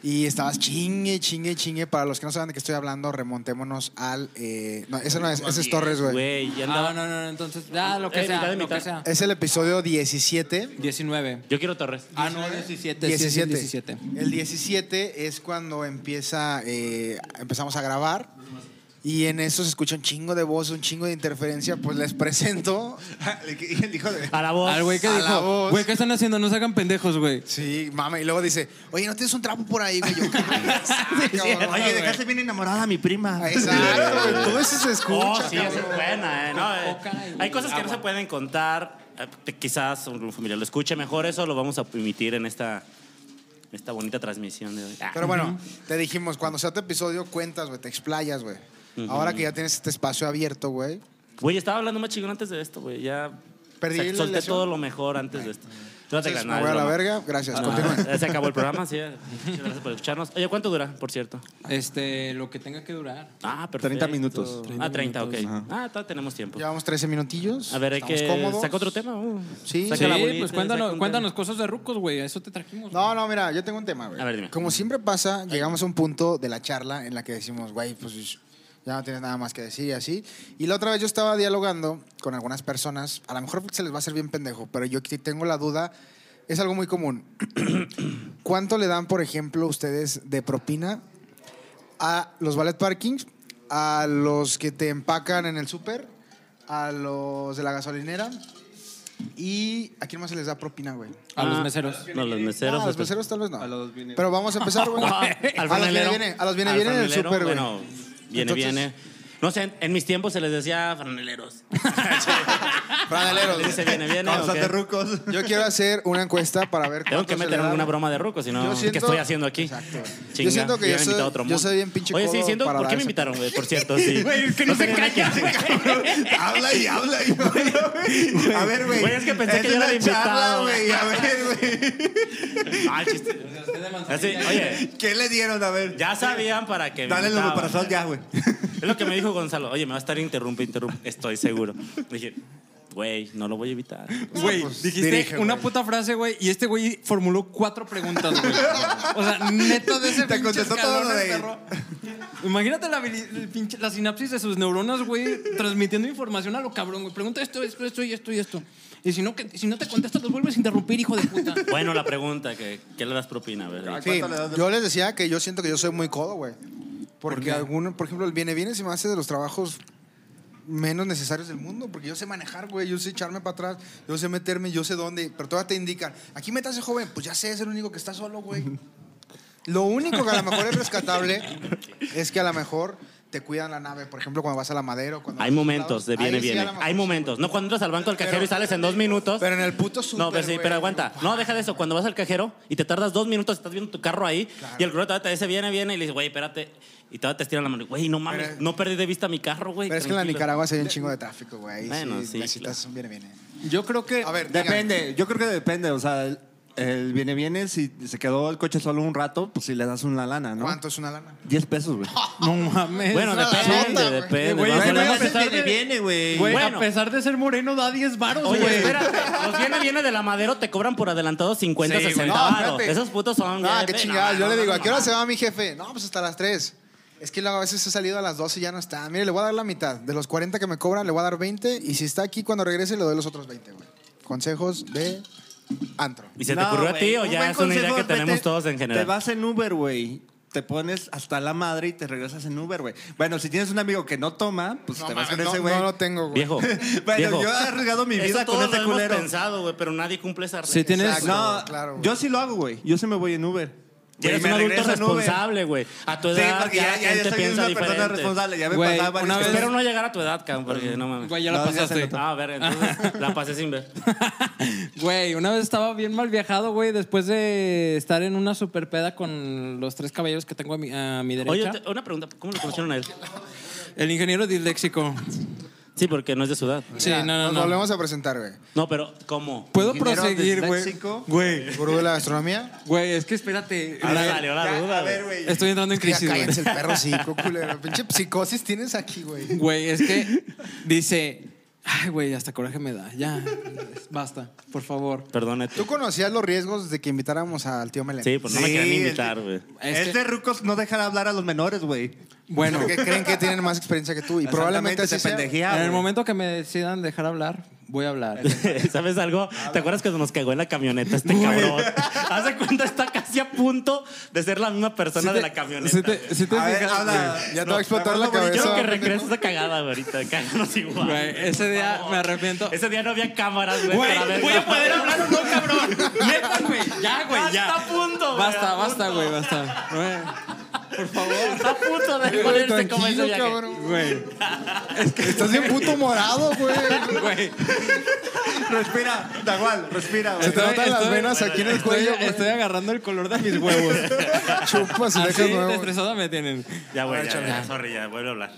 Speaker 1: Y estabas chingue, chingue, chingue. Para los que no saben de qué estoy hablando, remontémonos al... eh, no, ese no es, ese es Torres, güey.
Speaker 4: Güey, ya andaba.
Speaker 2: Ah, no, no, no, entonces, ya, lo que
Speaker 4: Eh,
Speaker 2: sea,
Speaker 4: mitad de
Speaker 2: lo
Speaker 4: mitad.
Speaker 2: que sea.
Speaker 1: Es el episodio 17.
Speaker 2: 19.
Speaker 4: Yo quiero Torres.
Speaker 2: Ah, no, 17. 17.
Speaker 1: 17.
Speaker 2: 17.
Speaker 1: El 17 es cuando empieza, eh, empezamos a grabar. Y en eso se escucha un chingo de voz, un chingo de interferencia. Pues les presento. [laughs]
Speaker 3: el, el hijo de...
Speaker 4: A la voz.
Speaker 2: Al güey que
Speaker 1: A la
Speaker 2: dijo,
Speaker 1: voz.
Speaker 2: güey, ¿qué están haciendo? No se hagan pendejos, güey.
Speaker 1: Sí, mame. Y luego dice, oye, ¿no tienes un trapo por ahí, güey? Yo,
Speaker 4: [laughs]
Speaker 2: cierto,
Speaker 1: cabrón.
Speaker 2: güey.
Speaker 3: bien enamorada a mi prima. [laughs]
Speaker 1: Exacto, güey. Todo eso se escucha.
Speaker 4: Oh, sí,
Speaker 1: cabrón.
Speaker 4: esa es buena, ¿eh? No, eh,
Speaker 2: Coca y
Speaker 4: hay cosas que no
Speaker 2: agua.
Speaker 4: se pueden contar. eh, te- Quizás un familiar lo escuche mejor. Eso lo vamos a emitir en esta, esta bonita transmisión de hoy. Ah.
Speaker 1: Pero bueno, te dijimos, cuando sea tu episodio, cuentas, güey, te explayas, güey. Ahora que ya tienes este espacio abierto, güey.
Speaker 4: Güey, estaba hablando más chingón antes de esto, güey. Ya
Speaker 1: Perdí
Speaker 4: sa-
Speaker 1: la
Speaker 4: solté
Speaker 1: ilusión.
Speaker 4: todo lo mejor antes de esto. No te
Speaker 1: Entonces,
Speaker 4: creas,
Speaker 1: me
Speaker 4: nada,
Speaker 1: voy a
Speaker 4: es
Speaker 1: la
Speaker 4: broma. Ah.
Speaker 1: verga. Gracias,
Speaker 4: No,
Speaker 1: continúen.
Speaker 4: ya [laughs] se acabó el programa, sí. ya. Muchas gracias por escucharnos. Oye, ¿cuánto dura, por cierto?
Speaker 2: Este, lo que tenga que durar.
Speaker 4: Ah, perfecto.
Speaker 3: 30 minutos.
Speaker 4: Ah, 30, ok.
Speaker 2: 30
Speaker 4: Ah, todavía tenemos tiempo.
Speaker 1: Llevamos 13 minutillos.
Speaker 4: A ver, hay
Speaker 1: estamos
Speaker 4: que...
Speaker 1: cómodos.
Speaker 4: Saca otro tema. uh.
Speaker 1: Sí.
Speaker 4: Saca
Speaker 2: Sí,
Speaker 4: la bolita,
Speaker 2: pues
Speaker 4: saca un
Speaker 2: cuéntanos,
Speaker 4: tema.
Speaker 2: cuéntanos cosas de rucos, güey. A eso te trajimos.
Speaker 1: No, no, mira, yo tengo un tema, güey.
Speaker 4: A ver, dime.
Speaker 1: Como siempre pasa, llegamos a un punto de la charla en la que decimos, güey, pues ya no tienes nada más que decir y así. Y la otra vez yo estaba dialogando con algunas personas, a lo mejor se les va a hacer bien pendejo, pero yo que tengo la duda, es algo muy común. [clears throat] ¿Cuánto le dan, por ejemplo, ustedes de propina a los ballet parkings, a los que te empacan en el súper, a los de la gasolinera y a quién más se les da propina, güey?
Speaker 2: A los
Speaker 4: Ah,
Speaker 2: meseros.
Speaker 4: No, los
Speaker 1: No,
Speaker 4: meseros.
Speaker 1: a los
Speaker 4: después.
Speaker 1: meseros tal vez no.
Speaker 3: A los viene-
Speaker 1: Pero vamos a empezar, güey. [laughs] a
Speaker 4: Ah, [laughs] al
Speaker 1: los viene,
Speaker 4: franelero.
Speaker 1: viene. A los viene,
Speaker 4: Al
Speaker 1: viene en el
Speaker 4: franelero,
Speaker 1: súper, güey.
Speaker 4: Bueno, viene,
Speaker 1: Entonces-
Speaker 4: viene. No sé, en, en mis tiempos se les decía
Speaker 1: [laughs]
Speaker 4: franeleros.
Speaker 1: Franeleros.
Speaker 4: Se viene, viene.
Speaker 3: Cosas
Speaker 4: ¿o qué?
Speaker 3: de rucos. [laughs]
Speaker 1: Yo quiero hacer una encuesta para ver
Speaker 4: Tengo
Speaker 1: cuánto
Speaker 4: que
Speaker 1: se le
Speaker 4: meter
Speaker 1: da,
Speaker 4: alguna
Speaker 1: güey.
Speaker 4: broma de ruco, si no,
Speaker 1: Yo
Speaker 4: ¿qué
Speaker 1: siento-
Speaker 4: estoy haciendo aquí?
Speaker 1: Exacto. Yo
Speaker 4: Chinga,
Speaker 1: siento que yo
Speaker 4: hubieran
Speaker 1: soy-
Speaker 4: invitado a otro
Speaker 1: yo
Speaker 4: mundo.
Speaker 1: soy bien pinche
Speaker 4: Oye, sí,
Speaker 1: codo
Speaker 4: siento,
Speaker 1: para
Speaker 4: ¿por qué
Speaker 1: dar
Speaker 4: me
Speaker 1: ese-
Speaker 4: invitaron, güey? Por
Speaker 1: [laughs]
Speaker 4: cierto, sí.
Speaker 3: Güey, es que no, se
Speaker 4: tenía
Speaker 3: calla,
Speaker 4: que-
Speaker 3: Habla y habla y habla. A ver, güey.
Speaker 4: Güey, es que pensé que yo era
Speaker 3: una
Speaker 4: el
Speaker 3: charla,
Speaker 4: invitado.
Speaker 3: güey. A ver, güey.
Speaker 4: Ah, chiste. Así, oye,
Speaker 3: ¿Qué le dieron? A ver.
Speaker 4: ya sabían para que me
Speaker 3: Dale los
Speaker 4: invitaban.
Speaker 3: parazos ya, güey. [laughs]
Speaker 4: Es lo que me dijo Gonzalo. Oye, me va a estar interrumpe, interrumpe. Estoy seguro. Dije, güey, no lo voy a evitar.
Speaker 2: Güey,
Speaker 1: pues,
Speaker 2: dijiste
Speaker 1: dirige,
Speaker 2: una
Speaker 1: güey.
Speaker 2: puta frase, güey, y este güey formuló cuatro preguntas, güey. O sea, neto de ese
Speaker 3: Te
Speaker 2: pinche
Speaker 3: contestó todo
Speaker 2: escalón,
Speaker 3: lo de-
Speaker 2: perro. Imagínate la, habili- el pinche- la sinapsis de sus neuronas, güey, transmitiendo información a lo cabrón, güey. Pregunta esto, esto, esto y esto y esto. Y si no, que, si no te contestas, los vuelves a interrumpir, hijo de puta.
Speaker 4: Bueno, la pregunta, que, ¿qué le das propina? A ver,
Speaker 1: Sí, yo les decía que yo siento que yo soy muy codo, güey. Porque alguno, por ejemplo, el viene viene se me hace de los trabajos menos necesarios del mundo, porque yo sé manejar, güey, yo sé echarme para atrás, yo sé meterme, yo sé dónde, pero todas te indican, aquí métase joven, pues ya sé, es el único que está solo, güey. Lo único que a lo mejor es rescatable es que a lo mejor te cuidan la nave, por ejemplo, cuando vas a la madera o cuando
Speaker 4: Hay
Speaker 1: vas a otros
Speaker 4: momentos de
Speaker 1: lados.
Speaker 4: viene,
Speaker 1: Ahí sí, a
Speaker 4: viene.
Speaker 1: lo mejor
Speaker 4: Hay
Speaker 1: sí,
Speaker 4: momentos. No, cuando entras al banco del cajero
Speaker 1: Pero-
Speaker 4: y sales en dos minutos.
Speaker 1: güey. Pero en el puto súper,
Speaker 4: no, pero sí,
Speaker 1: güey,
Speaker 4: pero aguanta. No, deja de eso. Cuando vas al cajero y te tardas dos minutos, estás viendo tu carro ahí y el grupo todavía te dice, viene, viene, y le dice, güey, espérate. Y todavía te estiran la mano. Güey, no mames,
Speaker 1: Pero-
Speaker 4: no perdí de vista mi carro, güey.
Speaker 1: Pero es que en la
Speaker 4: tranquilo".
Speaker 1: Nicaragua se ve un chingo de tráfico, güey. ahí
Speaker 4: Bueno,
Speaker 1: sí,
Speaker 4: sí,
Speaker 1: necesitas un viene, viene.
Speaker 2: Yo creo que.
Speaker 1: A ver,
Speaker 3: Depende, yo creo que depende. O sea, el, el viene, viene, si se quedó el coche solo un rato, pues si le das una lana,
Speaker 1: dígame,
Speaker 3: ¿no?
Speaker 1: ¿cuánto es una lana?
Speaker 3: 10 pesos, güey.
Speaker 2: No mames.
Speaker 4: Bueno,
Speaker 1: Es una
Speaker 4: depende,
Speaker 1: lanota, güey.
Speaker 4: depende.
Speaker 2: Güey,
Speaker 4: ¿no?
Speaker 2: güey,
Speaker 4: [laughs] Pero
Speaker 2: güey,
Speaker 4: vas a estar de-
Speaker 3: güey.
Speaker 2: Güey,
Speaker 4: Bueno.
Speaker 2: a pesar de ser moreno, da 10 varos, güey.
Speaker 4: Oye, espérate, los viene, viene de la madero, te cobran por adelantado 50,
Speaker 2: Sí, güey.
Speaker 4: 60
Speaker 1: No,
Speaker 4: varos.
Speaker 1: espérate.
Speaker 4: Esos putos son.
Speaker 1: Ah,
Speaker 4: güey,
Speaker 1: qué
Speaker 4: no,
Speaker 1: chingada.
Speaker 4: no,
Speaker 1: Yo
Speaker 4: no,
Speaker 1: le digo,
Speaker 4: no,
Speaker 1: ¿a qué hora
Speaker 4: no.
Speaker 1: se va mi jefe? No, pues hasta las 3. Es que luego a veces he salido a las 12 y ya no está. Mire, le voy a dar la mitad. De los 40 que me cobran, le voy a dar 20. Y si está aquí cuando regrese, le doy los otros 20, güey. Consejos de antro.
Speaker 4: ¿Y se te
Speaker 3: No,
Speaker 4: ocurrió a ti
Speaker 3: güey,
Speaker 4: o
Speaker 3: un
Speaker 4: ya
Speaker 3: buen
Speaker 4: es una idea
Speaker 3: consejo
Speaker 4: que
Speaker 3: es vete-
Speaker 4: tenemos todos en
Speaker 3: Te
Speaker 4: general?
Speaker 3: vas en Uber, güey. Te pones hasta la madre y te regresas en Uber, güey. Bueno, si tienes un amigo que no toma, pues te vas
Speaker 1: mames,
Speaker 3: con
Speaker 1: no,
Speaker 3: ese güey.
Speaker 1: no lo tengo, güey.
Speaker 4: Viejo.
Speaker 3: [laughs] Bueno,
Speaker 4: viejo.
Speaker 3: yo he arriesgado mi
Speaker 4: Eso
Speaker 3: vida con
Speaker 4: todos
Speaker 3: ese
Speaker 4: lo hemos
Speaker 3: culero.
Speaker 4: pensado, güey, pero nadie cumple esa regla.
Speaker 2: Sí, tienes-
Speaker 1: Exacto,
Speaker 3: no,
Speaker 1: claro, güey.
Speaker 3: yo sí lo hago, güey. Yo se me voy en Uber.
Speaker 4: Ya eres
Speaker 3: Güey,
Speaker 4: un
Speaker 3: me
Speaker 4: adulto
Speaker 3: regreso en Uber.
Speaker 4: responsable, güey. A tu
Speaker 3: Sí,
Speaker 4: edad
Speaker 3: porque
Speaker 4: ya,
Speaker 3: ya,
Speaker 4: la
Speaker 3: ya,
Speaker 4: gente
Speaker 3: ya soy una
Speaker 4: piensa
Speaker 3: persona
Speaker 4: diferente.
Speaker 3: responsable. Ya me
Speaker 2: Güey,
Speaker 3: pasaba
Speaker 2: una
Speaker 3: varias
Speaker 2: vez-
Speaker 4: Espero no llegar a tu edad, cabrón, porque no mames.
Speaker 2: Güey, ya la
Speaker 3: No, ya
Speaker 2: pasaste.
Speaker 3: se
Speaker 4: Ah, a
Speaker 3: [laughs]
Speaker 4: ver, entonces la pasé sin ver.
Speaker 2: [laughs] Güey, una vez estaba bien mal viajado, güey, después de estar en una super peda con los tres caballeros que tengo a mi, a mi
Speaker 4: Oye,
Speaker 2: derecha.
Speaker 4: te- una pregunta, ¿cómo lo conocieron a él?
Speaker 2: El ingeniero disléxico.
Speaker 4: Sí, porque no es de su edad.
Speaker 2: Sí,
Speaker 1: Mira,
Speaker 2: no,
Speaker 1: Nos
Speaker 2: no, no.
Speaker 1: volvemos a presentar, güey.
Speaker 4: No, pero ¿cómo?
Speaker 2: Puedo
Speaker 3: Ingeniero
Speaker 2: proseguir, güey.
Speaker 3: disléxico.
Speaker 2: Güey,
Speaker 1: Gurú de la gastronomía.
Speaker 2: güey, es que espérate.
Speaker 4: Ahora
Speaker 2: Mira,
Speaker 4: salió la
Speaker 3: Ya,
Speaker 4: duda.
Speaker 3: a ver,
Speaker 4: güey.
Speaker 3: güey.
Speaker 2: Estoy entrando en
Speaker 1: Ya
Speaker 2: crisis, güey.
Speaker 1: cállense el perro psico, culero. Pinche psicosis tienes aquí, güey.
Speaker 2: Güey, es que dice, ay, güey, hasta coraje me da. Ya, basta, por favor.
Speaker 4: Perdón, Neto.
Speaker 1: ¿Tú conocías los riesgos de que invitáramos al tío Melén?
Speaker 4: Sí, pues no me
Speaker 3: Sí,
Speaker 4: querían
Speaker 3: el-
Speaker 4: invitar, güey.
Speaker 2: Es
Speaker 3: Este Rucos no deja de hablar a los menores, güey.
Speaker 2: Bueno,
Speaker 1: Porque creen que tienen más experiencia que tú. Y probablemente así
Speaker 3: se
Speaker 1: sea.
Speaker 3: pendejea.
Speaker 2: en el
Speaker 3: güey.
Speaker 2: momento que me decidan dejar hablar, voy a hablar.
Speaker 4: [laughs] ¿Sabes algo? ¿Te acuerdas que nos cagó en la camioneta este cabrón? Hace cuenta está casi a punto de ser la misma persona de la camioneta.
Speaker 2: Si te, si te
Speaker 3: A ver,
Speaker 2: fijas,
Speaker 3: habla.
Speaker 2: güey,
Speaker 1: Ya te
Speaker 3: No,
Speaker 1: va a explotar
Speaker 3: me
Speaker 1: la
Speaker 3: acuerdo
Speaker 1: cabeza.
Speaker 4: Quiero que
Speaker 1: pendejo.
Speaker 4: regrese esa cagada, güey, ahorita. Cáganos igual.
Speaker 2: Güey, ese día
Speaker 4: Por favor.
Speaker 2: me arrepiento.
Speaker 4: Ese día no había cámaras, güey. para ver
Speaker 2: voy
Speaker 4: la-
Speaker 2: a poder hablar o no, cabrón.
Speaker 4: [laughs]
Speaker 2: Neta, güey. Ya, güey, ya.
Speaker 4: Está a punto, güey.
Speaker 2: Basta,
Speaker 4: a
Speaker 2: basta,
Speaker 4: punto.
Speaker 2: güey, basta. Güey, Por favor.
Speaker 4: Está a punto de
Speaker 1: Güey,
Speaker 4: ponerse como ese
Speaker 1: Tranquilo,
Speaker 4: viaje.
Speaker 1: cabrón.
Speaker 2: Güey,
Speaker 1: Estás bien puto morado, güey.
Speaker 2: güey.
Speaker 3: Respira, Nahual, respira,
Speaker 1: Se
Speaker 3: güey.
Speaker 1: te
Speaker 2: Estoy-
Speaker 1: notan las
Speaker 2: estoy-
Speaker 1: venas aquí en el
Speaker 2: Estoy,
Speaker 1: cuello, güey.
Speaker 2: estoy agarrando el color de mis
Speaker 1: [laughs]
Speaker 2: huevos.
Speaker 1: Chupas y
Speaker 2: Así
Speaker 1: dejas
Speaker 2: de
Speaker 1: nuevo.
Speaker 2: estresada me tienen.
Speaker 4: Ya, güey, ya, ya, sorry, ya, vuelvo a hablar.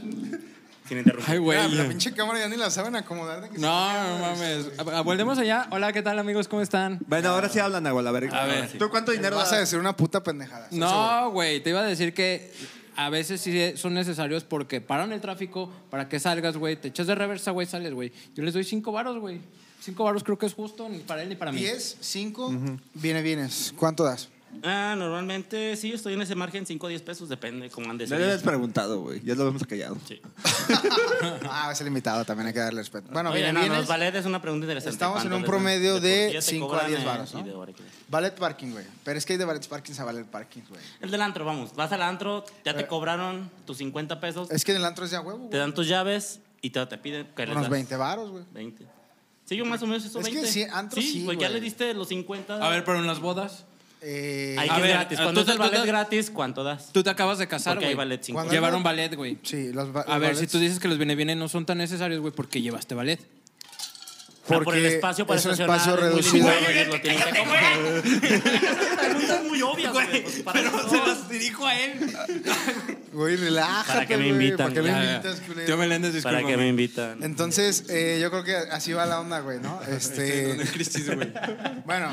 Speaker 4: Sin interrumpir.
Speaker 2: Ay, güey.
Speaker 1: Mira, La pinche cámara ya ni la saben acomodar. de que se-
Speaker 2: No, no mames. Ah, Volvemos allá. Hola, ¿qué tal, amigos? ¿Cómo están?
Speaker 3: Bueno, ahora sí hablan, Nahual. A ver,
Speaker 2: A ver.
Speaker 3: ¿tú cuánto dinero
Speaker 1: Vas a
Speaker 3: das?
Speaker 1: decir una puta pendejada. estoy seguro.
Speaker 2: No, güey, te iba a decir que a veces sí son necesarios porque paran el tráfico para que salgas, güey. Te echas de reversa, güey, sales, güey. Yo les doy cinco varos, güey. Cinco varos creo que es justo ni para él ni para mí.
Speaker 1: 10, 5, viene, vienes. ¿Cuánto das? [laughs]
Speaker 4: Ah, normalmente sí, estoy en ese margen, 5 o 10 pesos, depende cómo andes.
Speaker 3: No le habías preguntado, güey. Ya lo hemos callado.
Speaker 4: Sí.
Speaker 1: Ah, es el invitado, también hay que darle respeto. Bueno,
Speaker 4: Oye,
Speaker 1: viene,
Speaker 4: no, no,
Speaker 1: vienes.
Speaker 4: los ballet es una pregunta interesante.
Speaker 1: Estamos en
Speaker 4: ¿Cuánto
Speaker 1: un
Speaker 4: les dan?
Speaker 1: promedio
Speaker 4: por
Speaker 1: de
Speaker 4: qué te
Speaker 1: 5 a
Speaker 4: cobran,
Speaker 1: 10
Speaker 4: eh,
Speaker 1: varos,
Speaker 4: y
Speaker 1: ¿no?
Speaker 4: de hora que-
Speaker 1: Ballet parking, güey. Pero es que hay de ballet parking a ballet parking, güey.
Speaker 4: El del antro, vamos. Vas al antro, ya te cobraron tus 50 pesos,
Speaker 1: Eh. Es que en el antro es de a huevo,
Speaker 4: te
Speaker 1: güey.
Speaker 4: dan tus llaves y te, te piden que les
Speaker 1: Unos
Speaker 4: das
Speaker 1: 20 varos, güey.
Speaker 4: 20. Sí, yo más o menos eso
Speaker 1: Es que
Speaker 4: 20.
Speaker 1: sí, antro sí,
Speaker 4: güey, ya
Speaker 1: güey.
Speaker 4: le diste los 50.
Speaker 2: A ver, pero en las bodas,
Speaker 1: Eh,
Speaker 4: Ahí
Speaker 2: a
Speaker 4: que es
Speaker 2: ver,
Speaker 4: gratis.
Speaker 2: ah, tú
Speaker 4: Cuando es el
Speaker 2: te- tú te-
Speaker 4: ballet gratis, ¿cuánto das?
Speaker 2: tú te acabas de casar,
Speaker 4: Porque hay
Speaker 2: güey.
Speaker 4: ballet 5.
Speaker 1: ¿Cuándo?
Speaker 2: Llevaron ballet, güey.
Speaker 1: Sí, los ba-
Speaker 2: A
Speaker 1: los
Speaker 2: ver, si
Speaker 1: ballets.
Speaker 2: tú dices que los viene viene no son tan necesarios, güey, porque llevaste ballet.
Speaker 4: Ah, por el
Speaker 1: Porque
Speaker 4: espacio para
Speaker 1: es un
Speaker 4: estacionar,
Speaker 1: espacio
Speaker 4: es muy
Speaker 1: reducido.
Speaker 4: limitado, ellos lo tienen que comprar. [laughs] Estas preguntas muy obvias, güey. pues, para eso.
Speaker 1: [laughs]
Speaker 2: dirijo a él.
Speaker 1: Güey, relájate,
Speaker 4: ¿Para qué me
Speaker 1: güey,
Speaker 4: invitan?
Speaker 1: ¿Para qué me
Speaker 4: Ya,
Speaker 1: invitas, culero?
Speaker 2: Tío Meléndez, disculpa.
Speaker 4: Para que me invitan.
Speaker 1: Entonces, eh, yo creo que así va la onda, güey, ¿no? Este,
Speaker 2: crisis, güey.
Speaker 1: bueno,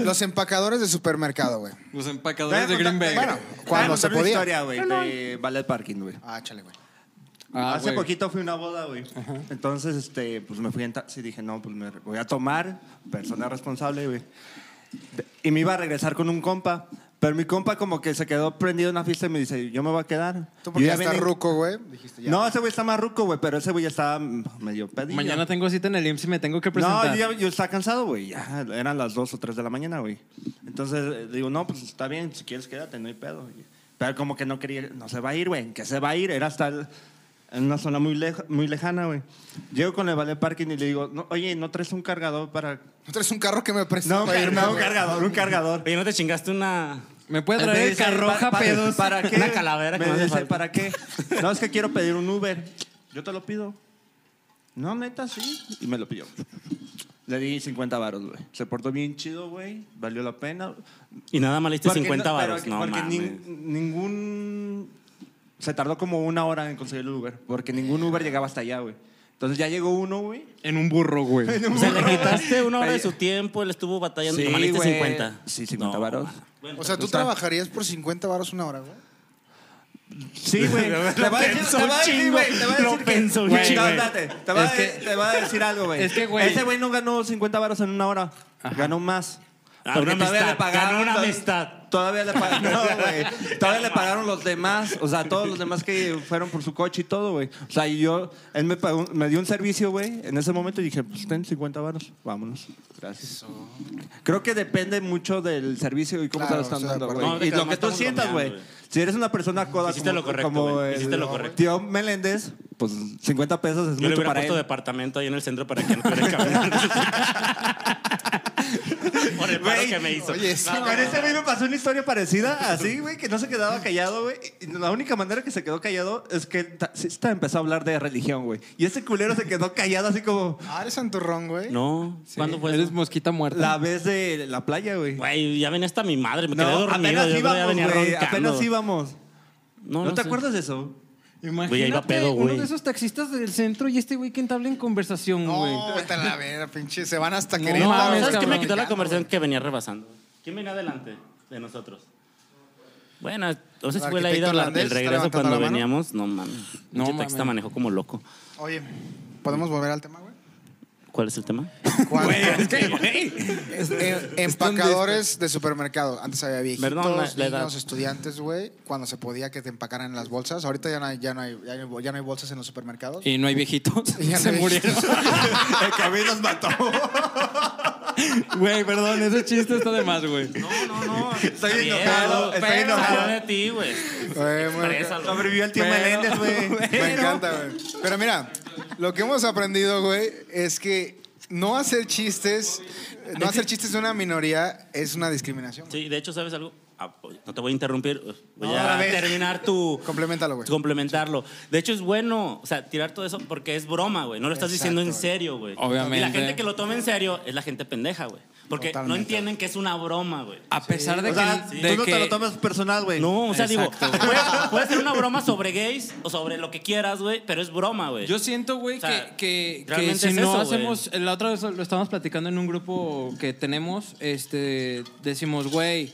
Speaker 1: los empacadores de supermercado, güey.
Speaker 2: Los
Speaker 3: Voy a
Speaker 2: empacadores de Green
Speaker 3: contar-
Speaker 2: Bay.
Speaker 1: Bueno,
Speaker 3: voy a
Speaker 1: cuando
Speaker 3: contar
Speaker 1: se
Speaker 3: una
Speaker 1: podía.
Speaker 3: Ah, historia, güey, de Ballet Parking, güey.
Speaker 1: Ah, chale, güey.
Speaker 2: Ah,
Speaker 3: Hace
Speaker 2: güey.
Speaker 3: poquito fui a una boda, güey. Entonces, este, pues me fui en taxi y dije, no, pues me voy a tomar, persona responsable, güey. De- Y me iba a regresar con un compa, pero mi compa como que se quedó prendido en la fiesta y me dice, yo me voy a quedar.
Speaker 1: Tú porque
Speaker 3: Yo
Speaker 1: ya estás
Speaker 3: venía-
Speaker 1: ruco, güey. Dijiste ya.
Speaker 3: No, ese güey está más ruco, güey, pero ese güey ya estaba mm, medio pedillo.
Speaker 2: Mañana tengo cita en el IMSS y me tengo que presentar.
Speaker 3: No, yo, ya- yo estaba cansado, güey. Ya eran las 2 o 3 de la mañana, güey. Entonces eh, digo, no, pues está bien, si quieres quédate, no hay pedo. Y Pero como que no quería, no se va a ir, güey. ¿En qué se va a ir? Era hasta el- en una zona muy, leja- muy lejana, güey. Llego con el valet parking y le digo, no, oye, ¿no traes un cargador para...?
Speaker 1: ¿No traes un carro que me prestó?
Speaker 3: No, un
Speaker 1: para
Speaker 3: car-
Speaker 1: irme,
Speaker 3: no, un
Speaker 1: güey?
Speaker 3: cargador, un cargador.
Speaker 4: Oye, ¿no te chingaste una...?
Speaker 2: ¿Me puede
Speaker 3: Él
Speaker 2: traer
Speaker 3: me
Speaker 2: el
Speaker 3: dice,
Speaker 2: carroja,
Speaker 3: "Pa- pa-
Speaker 2: pedos?
Speaker 3: ¿Para qué?
Speaker 4: Una calavera que
Speaker 3: me
Speaker 4: no hace
Speaker 3: dice,
Speaker 4: falta.
Speaker 3: ¿para qué? No, es que quiero pedir un Uber. Yo te lo pido. No, neta, sí. Y me lo pidió. Le di 50 varos, güey. Se portó bien chido, güey. Valió la pena.
Speaker 4: Y nada más le diste
Speaker 3: Porque
Speaker 4: 50
Speaker 3: no- pero
Speaker 4: baros.
Speaker 3: que-
Speaker 4: Este, No,
Speaker 3: Porque
Speaker 4: mames. [laughs]
Speaker 3: nin- ningún... Se tardó como una hora en conseguir el Uber. Porque ningún Uber llegaba hasta allá, güey. Entonces ya llegó uno, güey.
Speaker 2: En un burro, güey.
Speaker 4: O sea, le quitaste una hora de su tiempo, él estuvo batallando.
Speaker 3: Sí,
Speaker 4: nomás le diste
Speaker 3: güey.
Speaker 4: 50.
Speaker 3: Sí, 50
Speaker 4: No,
Speaker 3: varos.
Speaker 4: mames.
Speaker 1: O sea, tú
Speaker 3: Está-
Speaker 1: trabajarías por 50 varos una hora, güey.
Speaker 3: Sí, güey.
Speaker 4: Lo
Speaker 3: Te va a decir,
Speaker 4: pensó
Speaker 3: te va a
Speaker 4: un
Speaker 3: decir,
Speaker 4: chingo.
Speaker 3: güey. Te va a
Speaker 4: Lo
Speaker 3: decir que-
Speaker 4: pensó un
Speaker 3: Güey,
Speaker 4: chingo.
Speaker 3: no, espérate. Te va,
Speaker 2: Es
Speaker 3: a,
Speaker 2: que-
Speaker 3: te va a decir algo, güey.
Speaker 2: Es que, güey-
Speaker 3: Ese güey no ganó 50 varos en una hora. Ganó más.
Speaker 4: Ah,
Speaker 3: Porque
Speaker 4: una
Speaker 3: todavía
Speaker 4: amistad.
Speaker 3: le pagaron.
Speaker 4: Ganó una
Speaker 3: to-
Speaker 4: amistad.
Speaker 3: Todavía le pagaron.
Speaker 4: [laughs]
Speaker 3: No, güey. Todavía le pagaron los demás. O sea, todos los demás que fueron por su coche y todo, güey. O sea, y yo. Él me, pagó, me dio un servicio, güey. En ese momento y dije, pues ten 50 varos. Vámonos. Gracias. Creo que depende mucho del servicio y cómo
Speaker 1: Claro,
Speaker 3: te lo están
Speaker 1: estoy de
Speaker 3: dando,
Speaker 1: acuerdo.
Speaker 3: güey.
Speaker 4: No,
Speaker 3: y
Speaker 4: déjame,
Speaker 3: lo que tú
Speaker 4: estamos
Speaker 3: sientas, güey.
Speaker 4: bromeando, güey.
Speaker 3: Si eres una persona coda
Speaker 4: Hiciste
Speaker 3: como,
Speaker 4: lo correcto,
Speaker 3: como
Speaker 4: güey.
Speaker 3: el
Speaker 4: Hiciste lo correcto.
Speaker 3: tío Meléndez, pues 50 pesos es mucho
Speaker 4: Yo le hubiera
Speaker 3: para él.
Speaker 4: puesto departamento ahí en el centro para que
Speaker 3: [laughs]
Speaker 4: no pudiera caminar. Por el paro
Speaker 3: Güey,
Speaker 4: que me hizo.
Speaker 1: oye, sí,
Speaker 4: No,
Speaker 3: Con ese güey me pasó una historia parecida, así, güey, que no se quedaba callado, güey. Y La única manera que se quedó callado es que ta- sí, esta empezó a hablar de religión, güey. Y ese culero se quedó callado así como
Speaker 1: Ah, eres santurrón, güey.
Speaker 4: No, ¿cuándo fue
Speaker 2: Eres
Speaker 4: eso?
Speaker 2: mosquita muerta.
Speaker 3: la vez de la playa, güey.
Speaker 4: Güey, ya venía hasta mi madre, me quedé
Speaker 3: No,
Speaker 4: dormido.
Speaker 3: apenas
Speaker 4: Yo creo que ya
Speaker 3: íbamos,
Speaker 4: venía
Speaker 3: güey.
Speaker 4: roncando.
Speaker 3: Apenas íbamos.
Speaker 4: No,
Speaker 3: ¿No,
Speaker 4: no
Speaker 3: te
Speaker 4: sé.
Speaker 3: acuerdas de eso?
Speaker 2: Imagínate
Speaker 4: Güey, ahí va pedo,
Speaker 2: uno
Speaker 4: güey.
Speaker 2: de esos taxistas del centro y este güey que entabla en conversación, güey.
Speaker 1: No, vete a la verga, pinche. Se van hasta
Speaker 2: No,
Speaker 1: Querétaro.
Speaker 2: mames,
Speaker 4: ¿Sabes qué
Speaker 2: cabrón.
Speaker 4: me quitó la conversación que venía rebasando? ¿Quién venía adelante de nosotros? Bueno, entonces
Speaker 1: El
Speaker 4: fue la ida,
Speaker 1: arquitecto
Speaker 4: la-
Speaker 1: holandés
Speaker 4: el
Speaker 1: está
Speaker 4: regreso
Speaker 1: levantando
Speaker 4: cuando
Speaker 1: la mano.
Speaker 4: veníamos. No mames.
Speaker 2: No
Speaker 4: No, taxista
Speaker 2: mames.
Speaker 4: manejó como loco.
Speaker 1: Oye, ¿podemos volver al tema, güey?
Speaker 4: ¿Cuál es el tema?
Speaker 1: ¿Cuándo?
Speaker 4: [laughs]
Speaker 3: [laughs]
Speaker 4: güey.
Speaker 1: Es- em- empacadores de supermercado. Antes había viejitos,
Speaker 4: Perdón, la- la edad.
Speaker 1: niños, estudiantes, güey. Cuando se podía que te empacaran las bolsas. Ahorita ya no hay, ya no hay, ya no hay- ya no hay bolsas en los supermercados.
Speaker 2: Y no hay viejitos.
Speaker 1: [laughs]
Speaker 2: [laughs]
Speaker 1: Ya
Speaker 2: Se
Speaker 1: no hay-
Speaker 2: murieron.
Speaker 3: El que a mí nos mató.
Speaker 2: Güey, perdón, ese chiste está de más, güey.
Speaker 4: No, no, no.
Speaker 3: Estoy enojado, estoy
Speaker 4: pero,
Speaker 3: enojado.
Speaker 4: salió de ti, güey.
Speaker 1: [laughs] Güey, muy-
Speaker 4: Exprésalo.
Speaker 3: Sobrevivió el tío
Speaker 2: Pero-
Speaker 3: Meléndez,
Speaker 1: [laughs]
Speaker 3: güey.
Speaker 1: Me encanta, güey. Pero mira, lo que hemos aprendido, güey, es que no hacer chistes, no hacer chistes de una minoría es una discriminación. güey.
Speaker 4: Sí, de hecho, ¿sabes algo? Ah, No te voy a interrumpir. Voy
Speaker 1: No,
Speaker 4: a
Speaker 1: a ver.
Speaker 4: terminar
Speaker 1: [laughs]
Speaker 4: tu...
Speaker 1: Complementalo, güey.
Speaker 4: Complementarlo. De hecho, es bueno, o sea, tirar todo eso porque es broma, güey. No lo estás
Speaker 1: Exacto,
Speaker 4: diciendo en
Speaker 1: güey.
Speaker 4: serio, güey.
Speaker 2: Obviamente.
Speaker 4: Y la gente que lo toma en serio es la gente pendeja, güey. Porque no
Speaker 1: Totalmente.
Speaker 4: entienden que es una broma, güey.
Speaker 2: A pesar de
Speaker 3: O
Speaker 2: que.
Speaker 3: sea,
Speaker 2: de
Speaker 3: tú no
Speaker 2: que-
Speaker 3: te lo tomas personal, güey.
Speaker 4: No, o sea,
Speaker 2: Exacto,
Speaker 4: digo, puede, puede ser una broma sobre gays o sobre lo que quieras, güey, pero es broma, güey.
Speaker 2: Yo siento, güey,
Speaker 4: O sea,
Speaker 2: que, que, que
Speaker 4: realmente
Speaker 2: si
Speaker 4: es
Speaker 2: no
Speaker 4: eso,
Speaker 2: hacemos. eh, La otra vez lo estábamos platicando en un grupo que tenemos. Este, decimos, güey,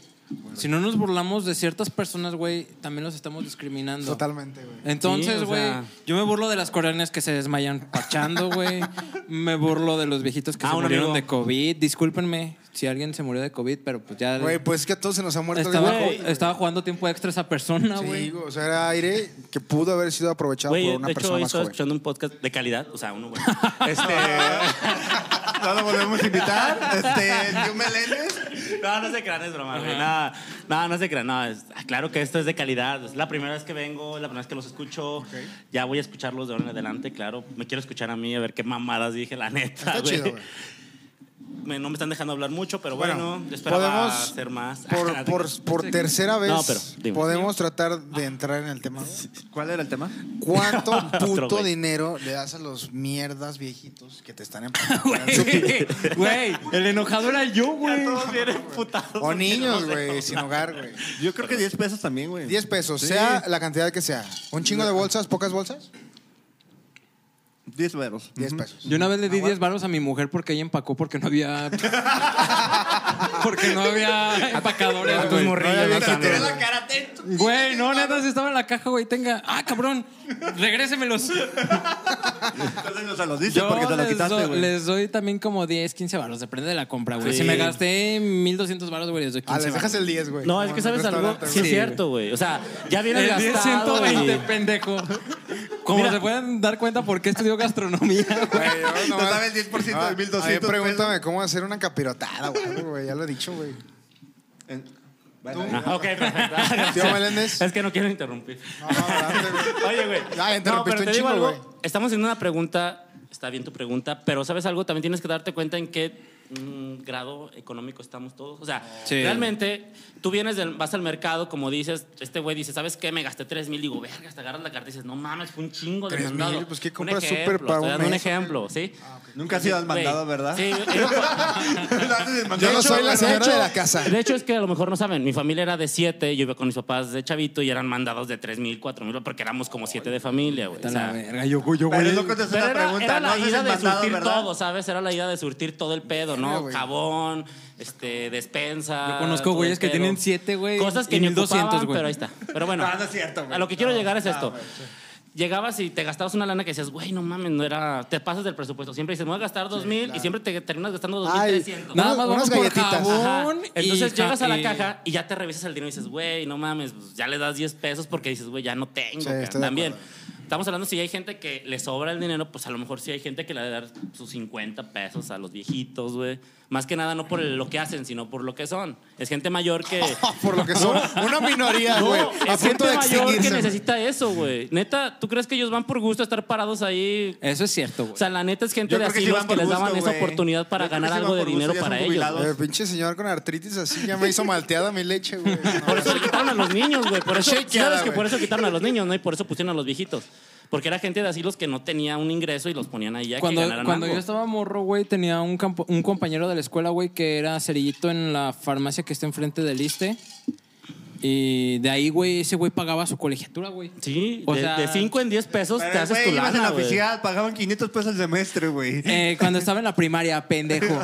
Speaker 2: si no nos burlamos de ciertas personas, güey, también los estamos discriminando.
Speaker 1: Totalmente, güey.
Speaker 2: Entonces,
Speaker 4: Sí, o
Speaker 2: güey,
Speaker 4: sea-
Speaker 2: yo me burlo de las coreanas que se desmayan parchando, güey. me burlo de los viejitos que
Speaker 4: Ah,
Speaker 2: se
Speaker 4: un
Speaker 2: murieron
Speaker 4: amigo.
Speaker 2: de COVID. Discúlpenme si alguien se murió de COVID, pero pues ya.
Speaker 1: Güey, pues es que a todos se nos ha muerto
Speaker 2: estaba,
Speaker 1: alguien,
Speaker 2: ju- estaba jugando tiempo extra esa persona,
Speaker 1: Sí,
Speaker 2: Ah, güey.
Speaker 1: güey, o sea, era aire que pudo haber sido aprovechado
Speaker 4: Güey,
Speaker 1: por una
Speaker 4: de hecho,
Speaker 1: persona
Speaker 4: hoy
Speaker 1: más
Speaker 4: estaba
Speaker 1: joven.
Speaker 4: escuchando un podcast de calidad, o sea, uno bueno. [laughs]
Speaker 3: Este. no lo volvemos a invitar. Este, el tío Meléndez.
Speaker 4: No, no se crean, es broma, güey. Nada, no, no se crean. No, es- ah, claro que esto es de calidad. Es la primera vez que vengo, la primera vez que los escucho. Ya voy a escucharlos de ahora en adelante, claro. Me quiero escuchar a mí, a ver qué mamadas dije, la neta,
Speaker 1: Está
Speaker 4: Ah, güey.
Speaker 1: chido, güey.
Speaker 4: Me- No me están dejando hablar mucho, pero bueno,
Speaker 1: Bueno,
Speaker 4: yo esperaba
Speaker 1: podemos-
Speaker 4: hacer más. [laughs]
Speaker 1: Por, por, por tercera vez,
Speaker 4: No, pero, dime.
Speaker 1: podemos tratar de entrar en el tema. güey?
Speaker 3: ¿Cuál era el tema?
Speaker 1: ¿Cuánto
Speaker 4: [laughs] Otro,
Speaker 1: puto
Speaker 4: güey.
Speaker 1: dinero le das a los mierdas viejitos que te
Speaker 4: [laughs]
Speaker 1: están empacando?
Speaker 2: [laughs] Güey, el enojado era yo, güey.
Speaker 4: Todos vienen putados.
Speaker 1: o niños, güey, sin hogar,
Speaker 4: [laughs]
Speaker 1: güey.
Speaker 3: Yo creo que 10 pesos también, güey.
Speaker 1: 10 pesos,
Speaker 3: Sí.
Speaker 1: sea la cantidad que sea. ¿Un chingo de bolsas, pocas bolsas?
Speaker 3: 10
Speaker 1: [laughs]
Speaker 3: veros.
Speaker 1: 10 pesos.
Speaker 2: Yo una vez le di 10 baros a mi mujer porque ella empacó porque no había. [laughs] porque no había empacadores,
Speaker 4: Tus
Speaker 2: güey.
Speaker 4: morrillos,
Speaker 1: Todavía
Speaker 4: no
Speaker 1: te
Speaker 4: Sandro?
Speaker 1: tiré la
Speaker 2: Güey, no, neta, si estaba en la caja, güey, tenga. ¡Ah, cabrón! Regrésemelos.
Speaker 3: Entonces no se los dices
Speaker 2: Yo
Speaker 3: porque te lo
Speaker 2: les,
Speaker 3: quitaste,
Speaker 2: do-
Speaker 3: güey.
Speaker 2: les doy también como 10, 15 baros, depende de la compra, güey.
Speaker 4: Sí.
Speaker 2: Si me gasté 1200 baros, güey, les doy
Speaker 1: Ah,
Speaker 2: 15
Speaker 1: les dejas el 10, güey.
Speaker 4: No, es que sabes algo. Sí, es
Speaker 2: güey.
Speaker 4: cierto, güey. O sea, ya viene
Speaker 2: El 10,
Speaker 4: gastado.
Speaker 2: 120,
Speaker 4: güey.
Speaker 2: pendejo. Como
Speaker 4: Mira.
Speaker 2: se pueden dar cuenta, por qué estudió gastronomía, güey.
Speaker 1: No
Speaker 3: No sabe el 10%
Speaker 1: Ah,
Speaker 3: de 1200
Speaker 1: pregúntame cómo hacer una capirotada, güey. güey, Ya lo he dicho, güey.
Speaker 3: En-
Speaker 4: Ah, ok, perfecto.
Speaker 1: ¿Tío Meléndez?
Speaker 4: Es que no quiero interrumpir.
Speaker 1: No, no, adelante, [laughs] güey.
Speaker 4: Oye, güey.
Speaker 1: Ya, interrumpiste un chingo, güey.
Speaker 4: Estamos haciendo una pregunta, está bien tu pregunta, pero ¿sabes algo? También tienes que darte cuenta en qué mm, grado económico estamos todos. O sea,
Speaker 2: Sí.
Speaker 4: realmente tú vienes, del- vas al mercado, como dices, este güey dice, ¿sabes qué? Me gasté 3 mil. Digo, verga, te agarras la carta y dices, no mames, fue un chingo de
Speaker 1: 3,000,
Speaker 4: mandado.
Speaker 1: pues, ¿qué
Speaker 4: Un
Speaker 1: compras súper
Speaker 4: ejemplo,
Speaker 1: para
Speaker 4: estoy
Speaker 1: un
Speaker 4: dando un
Speaker 1: mes?
Speaker 4: ejemplo, ¿sí?
Speaker 3: Nunca has ido al
Speaker 4: Güey,
Speaker 3: Ah, mandado, ¿verdad? [laughs]
Speaker 4: Sí.
Speaker 1: [laughs] Yo no soy la
Speaker 4: De
Speaker 1: señora
Speaker 4: hecho-
Speaker 1: de la casa.
Speaker 4: De hecho, es que a lo mejor no saben. Mi familia era de siete, yo iba con mis papás de chavito y eran mandados de tres mil, cuatro mil, porque éramos como siete de familia, güey. O
Speaker 2: Está la
Speaker 4: sea,
Speaker 2: verga, yo, yo,
Speaker 3: Pero
Speaker 2: güey.
Speaker 3: es lo que te hace
Speaker 4: pero
Speaker 3: la
Speaker 4: era,
Speaker 3: pregunta.
Speaker 4: era
Speaker 3: no
Speaker 4: la
Speaker 3: has ido
Speaker 4: ida
Speaker 3: al
Speaker 4: de
Speaker 3: mandado,
Speaker 4: surtir
Speaker 3: ¿verdad?
Speaker 4: todo, ¿sabes? Era la ida de surtir todo el pedo,
Speaker 1: Verga,
Speaker 4: ¿no?
Speaker 1: güey.
Speaker 4: Jabón, este, despensa.
Speaker 2: Yo conozco
Speaker 4: todo el
Speaker 2: güeyes que
Speaker 4: pedo.
Speaker 2: tienen siete, güey,
Speaker 4: Cosas que
Speaker 2: y
Speaker 4: ni
Speaker 2: 1200,
Speaker 4: ocupaban,
Speaker 2: güey.
Speaker 4: pero ahí está. Pero bueno.
Speaker 3: [laughs] No, no es cierto, güey.
Speaker 4: A lo que quiero
Speaker 3: No,
Speaker 4: llegar es
Speaker 3: no,
Speaker 4: esto.
Speaker 3: güey, sí.
Speaker 4: Llegabas y te gastabas una lana que decías, güey, no mames, no era. Te pasas del presupuesto. Siempre dices, me voy a gastar dos mil y siempre te terminas gastando dos mil
Speaker 1: Ay,
Speaker 4: trescientos.
Speaker 1: no,
Speaker 2: Nada más
Speaker 1: unas
Speaker 2: vamos por
Speaker 1: galletitas.
Speaker 4: Ajá.
Speaker 2: jabón. y
Speaker 4: Entonces
Speaker 2: ja-
Speaker 4: llegas a la
Speaker 2: y-
Speaker 4: caja y ya te revisas el dinero y dices, güey, no mames, pues, ya le das 10 pesos porque dices, güey, ya no tengo.
Speaker 1: Sí,
Speaker 4: cara".
Speaker 1: estoy de
Speaker 4: También.
Speaker 1: acuerdo.
Speaker 4: Estamos hablando si hay gente que le sobra el dinero, pues a lo mejor sí hay gente que le ha de dar sus 50 pesos a los viejitos, güey. Más que nada no por lo que hacen, sino por lo que son. Es gente mayor
Speaker 3: [laughs]
Speaker 4: que
Speaker 1: Por lo que
Speaker 4: [laughs]
Speaker 1: son una minoría, güey. a
Speaker 4: es
Speaker 1: punto
Speaker 4: gente
Speaker 1: de
Speaker 4: mayor que
Speaker 1: extinguirse.
Speaker 4: necesita eso, güey. Neta, ¿tú crees que ellos van por gusto a estar parados ahí?
Speaker 2: Eso es cierto,
Speaker 4: O
Speaker 2: güey.
Speaker 4: sea, la neta es gente
Speaker 3: Yo
Speaker 4: de
Speaker 3: creo que sí
Speaker 4: asilos
Speaker 3: van
Speaker 4: que
Speaker 3: por
Speaker 4: les daban
Speaker 3: gusto,
Speaker 4: esa
Speaker 3: güey.
Speaker 4: oportunidad para
Speaker 3: Yo creo que
Speaker 4: ganar
Speaker 3: sí van
Speaker 4: algo de
Speaker 3: por gusto,
Speaker 4: dinero
Speaker 3: ya son
Speaker 4: para ellos.
Speaker 3: jubilados.
Speaker 1: Eh, pinche señor con artritis así ya me hizo malteada mi leche, güey. No,
Speaker 4: [laughs] Por eso le quitaron a los niños, güey. Por eso,
Speaker 1: Shakeada,
Speaker 4: sabes que
Speaker 1: güey.
Speaker 4: por eso quitaron a los niños, ¿no? Y por eso pusieron a los viejitos. Porque era gente de asilos que no tenía un ingreso y los ponían ahí ya que
Speaker 2: Cuando,
Speaker 4: ganaran
Speaker 2: cuando
Speaker 4: algo.
Speaker 2: yo estaba morro, güey, tenía un, campo- un compañero de la escuela, güey, que era cerillito en la farmacia que está enfrente del ISTE. Y de ahí, güey, ese güey pagaba su colegiatura, güey.
Speaker 4: Sí,
Speaker 2: O
Speaker 4: de-
Speaker 2: sea-
Speaker 4: de 5 en 10 pesos te
Speaker 3: Pero,
Speaker 4: haces
Speaker 3: güey,
Speaker 4: tu
Speaker 3: ibas
Speaker 4: lana,
Speaker 3: en la
Speaker 4: güey.
Speaker 3: oficial, pagaban 500 pesos el semestre, güey.
Speaker 2: Eh, cuando estaba en la primaria, pendejo.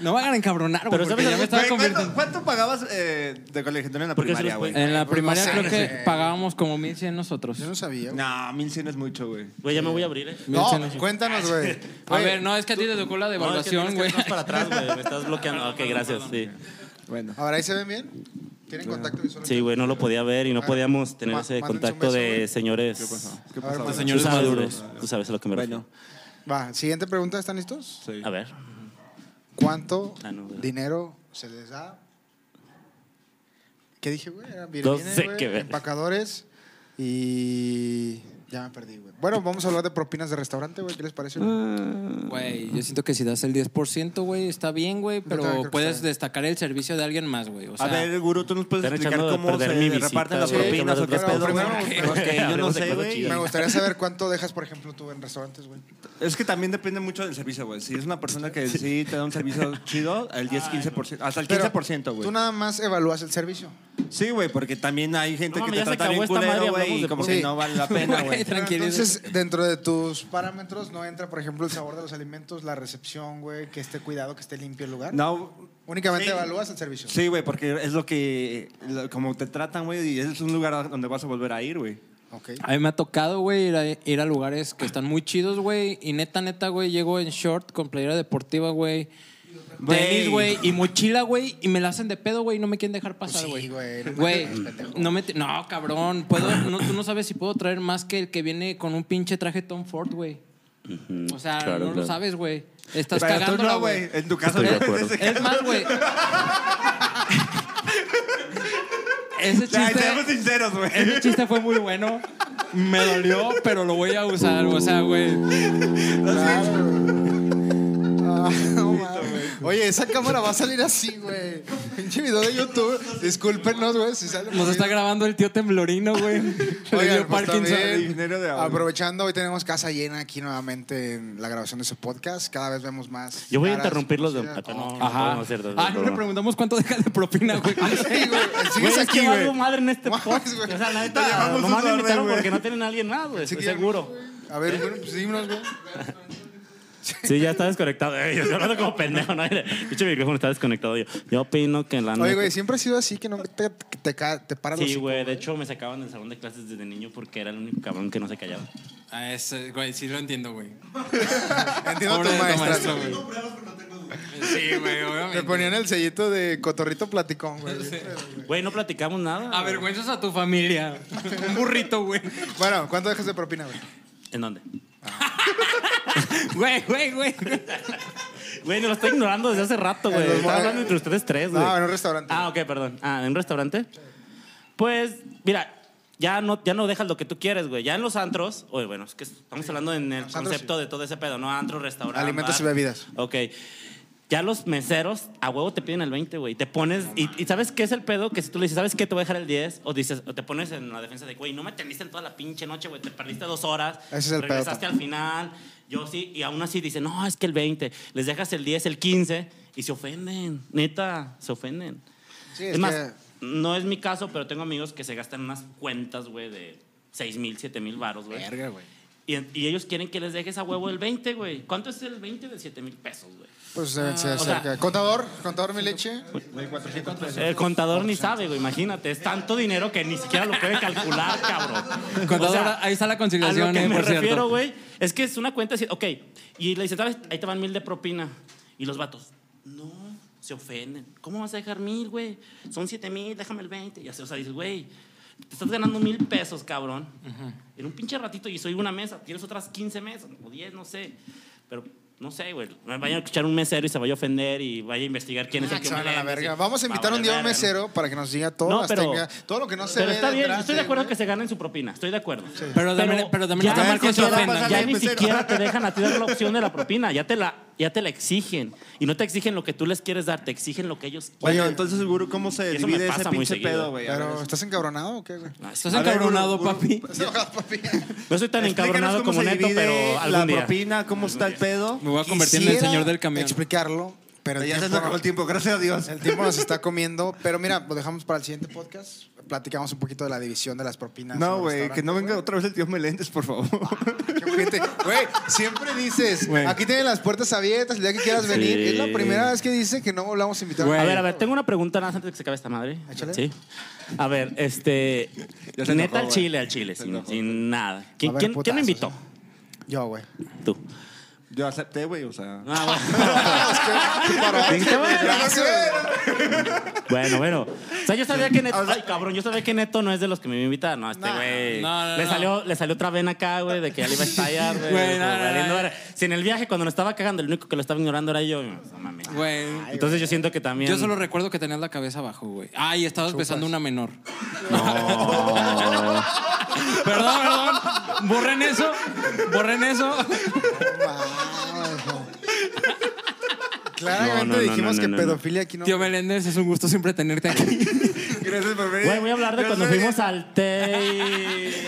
Speaker 2: No me hagan encabronar, güey,
Speaker 4: Pero
Speaker 2: porque
Speaker 4: ¿sabes
Speaker 2: ya me
Speaker 4: algo?
Speaker 2: estaba
Speaker 3: Güey, ¿cuánto,
Speaker 2: convirtiendo.
Speaker 3: cuánto pagabas eh, de colegiatura en la
Speaker 4: Porque eso
Speaker 3: primaria,
Speaker 4: los
Speaker 3: güey?
Speaker 4: cuentan.
Speaker 2: En la
Speaker 1: Pues
Speaker 2: primaria
Speaker 1: no sé,
Speaker 2: creo que
Speaker 1: güey.
Speaker 2: pagábamos como 1100 nosotros.
Speaker 1: Yo no sabía, güey.
Speaker 3: No, 1100 es mucho, güey.
Speaker 4: Güey, ya me voy a abrir, eh.
Speaker 1: No,
Speaker 2: 1100.
Speaker 1: cuéntanos, güey.
Speaker 2: A ver, no, es que a ti te tocó la
Speaker 4: No, es que
Speaker 2: devaluación,
Speaker 4: tienes que
Speaker 2: güey.
Speaker 4: irnos para atrás, güey. Me estás bloqueando. Ok, gracias. Sí.
Speaker 3: Bueno.
Speaker 1: Ahora ahí se ven bien. ¿Tienen contacto visual?
Speaker 4: Sí, güey, no lo podía ver y no podíamos tener
Speaker 1: Ma-
Speaker 4: ese
Speaker 1: mándense un
Speaker 4: contacto
Speaker 1: beso,
Speaker 4: de
Speaker 1: güey.
Speaker 4: señores.
Speaker 3: ¿Qué
Speaker 1: A ver,
Speaker 3: pasó?
Speaker 1: pues,
Speaker 2: señor. Señores
Speaker 4: Tú sabes,
Speaker 2: maduros.
Speaker 4: güey, Tú sabes a lo que me refiero.
Speaker 3: Bueno,
Speaker 1: Va, siguiente pregunta, ¿están listos?
Speaker 3: sí.
Speaker 4: A ver.
Speaker 1: ¿Cuánto
Speaker 4: Ah, no, güey.
Speaker 1: dinero se les da? ¿Qué dije, güey? Era
Speaker 4: No
Speaker 1: Virgines,
Speaker 4: sé
Speaker 1: güey,
Speaker 4: qué ver.
Speaker 1: empacadores y... Ya me perdí, güey. Bueno, vamos a hablar de propinas de restaurante, güey. ¿Qué les parece? güey?
Speaker 4: Ah,
Speaker 2: Güey, yo siento que si das el 10%, güey, está bien, güey,
Speaker 1: también creo
Speaker 2: pero
Speaker 1: que
Speaker 2: puedes
Speaker 1: está bien.
Speaker 2: destacar el servicio de alguien más, güey. O sea,
Speaker 3: A ver, gurú, ¿tú nos puedes
Speaker 4: Están
Speaker 3: explicar
Speaker 4: echando a
Speaker 3: cómo se
Speaker 4: perder mi visita,
Speaker 3: reparten las
Speaker 4: güey.
Speaker 3: propinas o qué
Speaker 1: Pero
Speaker 3: pedo, güey?
Speaker 1: primero, primero,
Speaker 3: Porque yo no
Speaker 4: hablemos de
Speaker 3: sé,
Speaker 4: cosas
Speaker 3: güey.
Speaker 1: Me gustaría saber cuánto dejas, por ejemplo, tú en restaurantes, güey.
Speaker 3: Es que también depende mucho del servicio, güey. Si es una persona que sí te da un servicio chido, el 10, 15%, hasta el
Speaker 1: Pero
Speaker 3: 15%,
Speaker 1: Tú
Speaker 3: güey.
Speaker 1: nada más evalúas el servicio.
Speaker 3: Sí, güey, porque también hay gente
Speaker 4: No,
Speaker 3: que te
Speaker 4: mames, ya se
Speaker 3: trata bien
Speaker 4: acabó esta madre,
Speaker 3: culero,
Speaker 4: hablamos
Speaker 3: güey, y
Speaker 4: de
Speaker 3: como
Speaker 1: propinas.
Speaker 3: que no vale la pena,
Speaker 4: [laughs]
Speaker 1: Pero
Speaker 3: güey.
Speaker 2: Tranquilo.
Speaker 1: Entonces, dentro de tus parámetros no entra, por ejemplo, el sabor de los alimentos, la recepción, güey, que esté cuidado, que esté limpio el lugar.
Speaker 3: No,
Speaker 1: Únicamente
Speaker 3: Sí.
Speaker 1: evalúas el servicio.
Speaker 3: Sí, güey, porque es lo que. lo- como te tratan, güey, y es un lugar donde vas a volver a ir, güey.
Speaker 1: Ok.
Speaker 2: A mí me ha tocado, güey, ir a, ir a lugares que están muy chidos, güey. Y neta, neta, güey, llego en short con playera deportiva, güey.
Speaker 3: Güey.
Speaker 2: Tenis, güey, y mochila, güey, y me la hacen de pedo, güey, y no me quieren dejar pasar,
Speaker 1: Pues
Speaker 2: güey.
Speaker 1: sí, güey, no
Speaker 2: Güey,
Speaker 1: mames, pendejo.
Speaker 2: no me. ti- No, cabrón, puedo, no, tú no sabes si puedo traer más que el que viene con un pinche traje Tom Ford, güey. O sea,
Speaker 4: claro,
Speaker 2: no lo
Speaker 4: claro.
Speaker 2: sabes, güey. Estás
Speaker 3: Pero tú
Speaker 2: cagándola,
Speaker 3: no,
Speaker 2: güey.
Speaker 3: güey. En tu caso,
Speaker 4: Estoy
Speaker 3: en
Speaker 4: de acuerdo.
Speaker 3: ese
Speaker 2: Es
Speaker 3: caso.
Speaker 2: más, güey. Ese
Speaker 3: [laughs] Ya,
Speaker 2: chiste.
Speaker 3: seamos sinceros, güey.
Speaker 2: Ese chiste fue muy bueno. Me dolió, pero lo voy a usar. O sea, güey.
Speaker 1: Ah, Oye, esa cámara va a salir así, güey. Pinche video de YouTube. Discúlpenos, güey, si sale.
Speaker 2: Nos está grabando el tío temblorino, güey. Le
Speaker 1: Oigan,
Speaker 2: dio
Speaker 1: pues
Speaker 2: Parkinson.
Speaker 1: también,
Speaker 3: Ingeniero de audio.
Speaker 1: aprovechando, hoy tenemos casa llena aquí nuevamente en la grabación de su podcast. Cada vez vemos más.
Speaker 4: Yo voy a
Speaker 1: caras
Speaker 4: interrumpirlos de.
Speaker 1: conocidas.
Speaker 4: Ah, no, no
Speaker 2: Ajá.
Speaker 4: podemos hacer-
Speaker 2: Ah, no le preguntamos cuánto deja de propina, güey.
Speaker 1: Sí, güey,
Speaker 4: Güey,
Speaker 1: Sigues
Speaker 4: es
Speaker 1: aquí,
Speaker 4: que valgo
Speaker 1: güey.
Speaker 4: madre en este
Speaker 1: Mames,
Speaker 4: podcast.
Speaker 1: güey.
Speaker 4: O sea, la
Speaker 3: Te
Speaker 4: neta,
Speaker 3: llevamos
Speaker 4: nomás
Speaker 3: un
Speaker 4: me
Speaker 3: orden,
Speaker 4: invitaron
Speaker 3: güey.
Speaker 4: porque no tienen a alguien más, güey.
Speaker 1: Sí,
Speaker 4: estoy
Speaker 1: que-
Speaker 4: seguro.
Speaker 1: A ver, bueno, pues dímonos, güey.
Speaker 4: Sí, ya está desconectado. Ey, yo estoy hablando como pendejo, ¿no? Pinche micrófono está desconectado yo. Yo opino que la
Speaker 1: Oye,
Speaker 4: neta-
Speaker 1: güey, siempre ha sido así que no te, te, ca- te paras
Speaker 4: Sí,
Speaker 1: los-
Speaker 4: güey. De hecho, me sacaban del salón de clases desde niño porque era el único cabrón que no se callaba.
Speaker 2: Ah, ese, güey, sí lo entiendo, güey.
Speaker 1: Entiendo a
Speaker 2: Pobre
Speaker 1: tu
Speaker 2: de tu
Speaker 1: maestra.
Speaker 2: maestro,
Speaker 1: güey.
Speaker 2: güey. Sí, güey,
Speaker 1: Me
Speaker 2: obviamente.
Speaker 1: ponían el sellito de cotorrito platicón, güey.
Speaker 4: Güey, no platicamos nada. güey.
Speaker 2: Avergüenzas a tu familia. Un burrito, güey.
Speaker 1: Bueno, ¿cuánto dejas de propina, güey?
Speaker 4: ¿En dónde?
Speaker 2: Güey, güey, güey.
Speaker 4: Güey, no lo estoy ignorando desde hace rato, [laughs] güey.
Speaker 1: En los
Speaker 4: Estaba
Speaker 1: bares.
Speaker 4: hablando entre ustedes tres, güey.
Speaker 1: No, en un restaurante.
Speaker 4: Ah, ok, perdón. Ah, ¿en un restaurante? Pues, mira, ya no, ya no dejas lo que tú quieres, güey. Ya en los antros, oye, bueno, es que estamos hablando en el
Speaker 1: Los antros,
Speaker 4: concepto de todo ese pedo, ¿no? Antro, restaurante.
Speaker 1: Alimentos y
Speaker 4: bar.
Speaker 1: bebidas.
Speaker 4: Ok. Ya los meseros a huevo te piden el 20, güey. Te pones. Y, y ¿sabes qué es el pedo? Que si tú le dices, ¿sabes qué? Te voy a dejar el 10. O dices, o te pones en la defensa de, güey, no me atendiste en toda la pinche noche, güey. Te perdiste dos horas.
Speaker 1: Ese es el pedo
Speaker 4: regresaste al final. Yo sí. Y aún así dicen, no, es que el 20. Les dejas el 10, el 15. Y se ofenden. Neta, se ofenden.
Speaker 1: Sí,
Speaker 4: es,
Speaker 1: es
Speaker 4: más,
Speaker 1: que-
Speaker 4: no es mi caso, pero tengo amigos que se gastan unas cuentas, güey, de 6 mil, 7 mil baros, güey.
Speaker 1: Verga, güey.
Speaker 4: Y, y ellos quieren que les dejes a huevo el 20, güey. ¿Cuánto es el 20 de 7 mil pesos, güey?
Speaker 1: Pues eh, se
Speaker 4: Ah, o sea- Ah,
Speaker 1: acerca. contador, contador, mi leche. Pues,
Speaker 4: El contador ni sabe, güey, imagínate. Es tanto dinero que ni siquiera lo puede calcular, cabrón.
Speaker 2: Contador, ahí está la conciliación,
Speaker 4: A lo que
Speaker 2: eh,
Speaker 4: me
Speaker 2: por cierto.
Speaker 4: refiero, güey, es que es una cuenta así, ok, y le dice, ¿sabes? Ahí te van mil de propina. Y los vatos, no, se ofenden. ¿Cómo vas a dejar mil, güey? Son siete mil, déjame el 20. Y así, o sea, dices, güey, te estás ganando mil pesos, cabrón. En un pinche ratito y soy una mesa, tienes otras 15 mesas, o 10, no sé. Pero... No sé, güey. Me Vayan a escuchar un mesero y se vaya a ofender y vaya a investigar quién es
Speaker 1: Ah,
Speaker 4: el
Speaker 1: que
Speaker 4: que
Speaker 1: se van a la
Speaker 4: ofende,
Speaker 1: verga.
Speaker 4: sí.
Speaker 1: Vamos a
Speaker 4: Va
Speaker 1: invitar un
Speaker 4: valer
Speaker 1: día a un
Speaker 4: verga, ¿no?
Speaker 1: mesero para que nos diga todas
Speaker 4: No,
Speaker 1: las
Speaker 4: pero-
Speaker 1: técnicas, todo lo que no se
Speaker 4: pero
Speaker 1: ve.
Speaker 4: está bien,
Speaker 1: detrás
Speaker 4: yo estoy de acuerdo que
Speaker 1: güey.
Speaker 4: se ganen su propina, estoy de acuerdo.
Speaker 2: Pero también- pero también
Speaker 4: ya
Speaker 2: está
Speaker 4: ni
Speaker 2: mal que se
Speaker 4: siquiera-
Speaker 2: ofendan.
Speaker 4: Ya
Speaker 2: Pásale,
Speaker 4: ni
Speaker 1: mesero.
Speaker 4: siquiera te dejan a ti dar la opción de la propina, ya te la, ya te la exigen. Y no te exigen lo que tú les quieres dar, te exigen lo que ellos quieren.
Speaker 3: Oye, entonces, seguro, ¿cómo se
Speaker 4: Eso me
Speaker 3: divide ese
Speaker 4: pasa muy
Speaker 3: pinche
Speaker 4: seguido.
Speaker 3: pedo, güey? A
Speaker 1: Pero,
Speaker 3: ver,
Speaker 1: ¿estás encabronado o qué,
Speaker 4: [laughs]
Speaker 1: güey?
Speaker 4: Ah, sí.
Speaker 2: Estás
Speaker 3: A ver,
Speaker 2: encabronado,
Speaker 3: Guru, Guru,
Speaker 2: papi.
Speaker 1: ¿Estás enojado, papi?
Speaker 4: No soy tan
Speaker 3: explícanos
Speaker 4: encabronado
Speaker 3: cómo
Speaker 4: como
Speaker 3: se
Speaker 4: Neto,
Speaker 3: divide
Speaker 4: pero
Speaker 3: la
Speaker 4: algún día.
Speaker 3: propina, cómo está el pedo.
Speaker 2: Me voy a convertir en el
Speaker 1: Quisiera
Speaker 2: señor del camión.
Speaker 1: explicarlo, pero el
Speaker 3: Ya se nos
Speaker 1: tiempo
Speaker 3: acabó el tiempo, gracias a Dios.
Speaker 1: El tiempo nos está comiendo, pero mira, lo dejamos para el siguiente podcast. Platicamos un poquito de la división de las propinas. en
Speaker 3: No,
Speaker 1: los
Speaker 3: güey, que no
Speaker 1: restaurantes,
Speaker 3: venga otra vez el tío Meléndez, por [laughs] favor.
Speaker 1: güey. Qué ojete. Güey, siempre dices,
Speaker 3: Güey.
Speaker 1: aquí tienen las puertas abiertas, el día que quieras venir.
Speaker 4: Sí.
Speaker 1: Es la primera vez que dice que no volvamos a invitar.
Speaker 4: A ver, a ver, tengo una pregunta nada más antes de que se acabe esta madre.
Speaker 1: Échale.
Speaker 4: Sí. A ver, este.
Speaker 3: Ya se enojó,
Speaker 4: Neta al
Speaker 3: güey.
Speaker 4: chile, al chile, sin, sin nada. ¿Quién,
Speaker 1: A ver,
Speaker 4: quién, quién lo
Speaker 1: putazos.
Speaker 4: invitó?
Speaker 1: Yo,
Speaker 4: [laughs]
Speaker 1: güey.
Speaker 4: Tú.
Speaker 3: Yo acepté, güey, o sea.
Speaker 4: Ah, bueno.
Speaker 1: Es que-
Speaker 4: [laughs]
Speaker 1: para-
Speaker 4: Dijiste, bueno,
Speaker 1: Gracias.
Speaker 4: Bueno, bueno. O sea, yo sabía que Neto.
Speaker 3: O sea-
Speaker 4: ay, cabrón, yo sabía que Neto no es de los que me iba a invitar. No, este
Speaker 1: No,
Speaker 4: güey.
Speaker 2: no, no,
Speaker 4: le,
Speaker 2: no.
Speaker 4: salió, le salió otra vena acá, güey, de que ya le iba a estallar, güey.
Speaker 2: Güey,
Speaker 4: Dijo,
Speaker 2: no, no, no,
Speaker 4: valiendo
Speaker 2: no.
Speaker 4: verga. Si en el viaje, cuando lo estaba cagando, el único que lo estaba ignorando era yo. No mames.
Speaker 2: Güey.
Speaker 4: Entonces yo siento que también.
Speaker 2: Yo solo recuerdo que tenías la cabeza abajo, güey. Ay, estabas besando una menor. [laughs] perdón, perdón. Borren eso. Borren eso.
Speaker 1: Claramente
Speaker 4: No, no, no,
Speaker 1: dijimos
Speaker 4: no,
Speaker 1: que
Speaker 4: no, no.
Speaker 1: pedofilia aquí no.
Speaker 2: Tío Meléndez, es un gusto siempre tenerte aquí.
Speaker 4: [laughs]
Speaker 3: Gracias por venir.
Speaker 4: Güey, voy a hablar de
Speaker 3: Yo
Speaker 4: cuando
Speaker 3: soy-
Speaker 4: fuimos al Tei.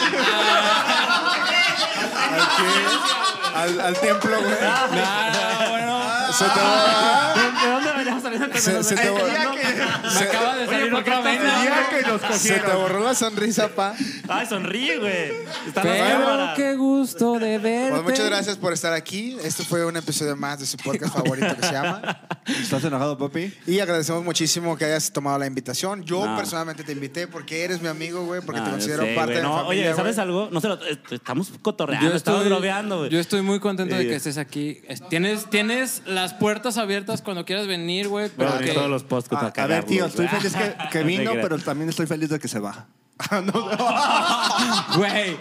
Speaker 1: Al, al templo, güey.
Speaker 2: Ah, bueno.
Speaker 1: Se te va-
Speaker 4: ¿De dónde veníamos saliendo?
Speaker 1: Se- se te
Speaker 3: El día que-
Speaker 2: Me acaba de salir otra
Speaker 3: el
Speaker 2: vena.
Speaker 3: día que nos
Speaker 1: se te
Speaker 3: cogieron.
Speaker 1: borró la sonrisa, pa.
Speaker 4: Ay, sonríe, güey. Está en la
Speaker 2: Pero
Speaker 4: cámara.
Speaker 2: qué gusto de verte.
Speaker 1: Pues
Speaker 4: Este-
Speaker 1: muchas gracias por estar aquí. Este fue un episodio más de su podcast favorito que se llama.
Speaker 3: ¿Estás enojado, papi?
Speaker 1: Y agradecemos muchísimo que hayas tomado la invitación. Yo
Speaker 4: No.
Speaker 1: personalmente te invité porque eres mi amigo, güey, porque
Speaker 4: No,
Speaker 1: te
Speaker 4: Ah, yo
Speaker 1: considero
Speaker 4: sé,
Speaker 1: parte
Speaker 4: güey.
Speaker 1: de mi
Speaker 4: No,
Speaker 1: familia.
Speaker 4: Oye, ¿sabes
Speaker 1: güey.
Speaker 4: algo? No se lo- est- estamos cotorreando, estamos bromeando, güey.
Speaker 2: yo estoy muy contento
Speaker 4: Sí.
Speaker 2: de que estés aquí. Es- Tienes, tienes las puertas abiertas cuando quieras venir, güey.
Speaker 4: Voy a abrir
Speaker 2: porque-
Speaker 4: todos los posts
Speaker 3: Ah,
Speaker 4: para
Speaker 3: a ver,
Speaker 4: cagarlos,
Speaker 3: tío, estoy
Speaker 4: güey.
Speaker 3: feliz
Speaker 4: [laughs]
Speaker 3: que, [laughs] que
Speaker 4: No te
Speaker 3: vino,
Speaker 4: creas.
Speaker 3: pero también estoy feliz de que se va. Ah, no, no.
Speaker 2: [laughs] Güey,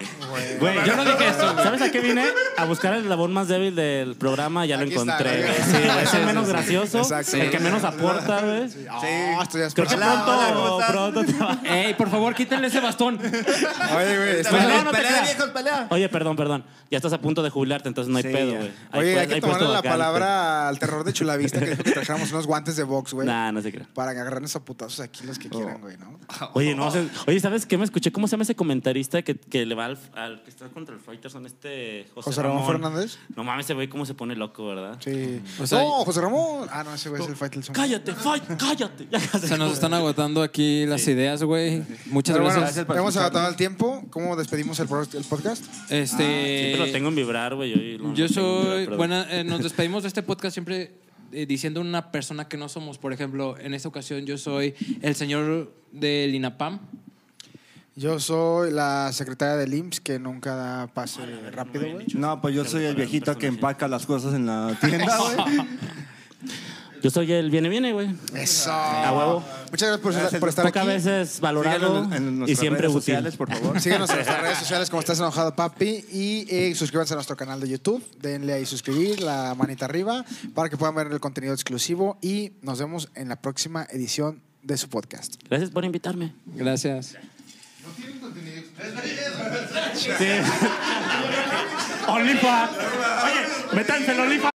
Speaker 4: Güey,
Speaker 2: yo no dije eso, güey.
Speaker 4: ¿Sabes a qué vine? A buscar el labón más débil del programa, ya lo
Speaker 1: Aquí está,
Speaker 4: encontré.
Speaker 1: güey.
Speaker 4: güey. Sí, güey, es el menos gracioso,
Speaker 1: Exacto.
Speaker 4: el que menos aporta, güey.
Speaker 1: Ah, estoy
Speaker 4: Creo que
Speaker 1: desesperado.
Speaker 3: hola,
Speaker 4: pronto,
Speaker 3: ¿cómo estás?
Speaker 4: pronto te va-
Speaker 2: Ey, por favor, quítenle ese bastón.
Speaker 1: Oye, güey, estoy-
Speaker 4: Pues no,
Speaker 3: Pelea,
Speaker 4: no te
Speaker 3: pelea,
Speaker 4: creas.
Speaker 3: viejos, pelea.
Speaker 4: Oye, perdón, perdón. Ya estás a punto de jubilarte, entonces no hay
Speaker 3: Sí,
Speaker 4: pedo,
Speaker 3: ya.
Speaker 4: güey. Ahí
Speaker 1: Oye,
Speaker 4: pu-
Speaker 1: hay que
Speaker 4: ahí puesto
Speaker 1: tomarle la
Speaker 4: vacante.
Speaker 1: palabra al terror de Chulavista
Speaker 4: [laughs]
Speaker 1: que dijo que trajéramos unos guantes de box, güey.
Speaker 4: Nah, Oh. no se crea.
Speaker 1: Para agarrarnos a putazos aquí los que quieran, güey, ¿no?
Speaker 4: Oye, no, se- oye, ¿sabes qué me escuché? ¿Cómo se llama ese comentarista que, que le va al, al que está contra el Fighterson este José,
Speaker 1: José Ramón Fernández.
Speaker 4: No mames, ese güey cómo se pone loco, ¿verdad?
Speaker 1: Sí.
Speaker 2: O sea,
Speaker 1: no, José Ramón. Ah, no, ese güey es el Fight
Speaker 4: Oh, Cállate, fight, cállate.
Speaker 2: Se nos están agotando aquí las ideas, güey. Muchas
Speaker 1: Pero bueno,
Speaker 2: gracias.
Speaker 3: por
Speaker 1: hemos
Speaker 3: escucharnos.
Speaker 1: agotado el tiempo. ¿Cómo despedimos el, pro- el podcast?
Speaker 2: Este,
Speaker 4: Ah, Siempre lo tengo en vibrar, güey. y lo-
Speaker 2: yo
Speaker 4: lo tengo en vibrar,
Speaker 2: soy.
Speaker 4: perdón.
Speaker 2: Bueno, eh,
Speaker 4: [laughs]
Speaker 2: nos despedimos de este podcast siempre eh, diciendo una persona que no somos. Por ejemplo, en esta ocasión yo soy el señor del INAPAM.
Speaker 1: Yo soy la secretaria del IMSS que nunca da pase rápido, güey.
Speaker 3: [laughs] No, pues yo soy el viejito que empaca las cosas en la tienda, güey.
Speaker 4: Yo soy el viene, viene, güey.
Speaker 1: Eso.
Speaker 4: A huevo.
Speaker 1: Muchas gracias por,
Speaker 3: Gracias.
Speaker 1: por estar
Speaker 4: Ah, Pocas
Speaker 1: aquí.
Speaker 4: veces valorado
Speaker 3: Síganos en nuestras
Speaker 4: y siempre
Speaker 3: redes
Speaker 4: útil.
Speaker 3: sociales, por [laughs] favor.
Speaker 1: Síguenos en
Speaker 4: [laughs]
Speaker 1: nuestras redes sociales como estás enojado, papi. Y eh, suscríbanse a nuestro canal de YouTube. Denle ahí suscribir, la manita arriba, para que puedan ver el contenido exclusivo. Y nos vemos en la próxima edición de su podcast.
Speaker 4: Gracias por invitarme.
Speaker 2: Gracias.
Speaker 4: OnlyFans. Oye, métanse en OnlyFans.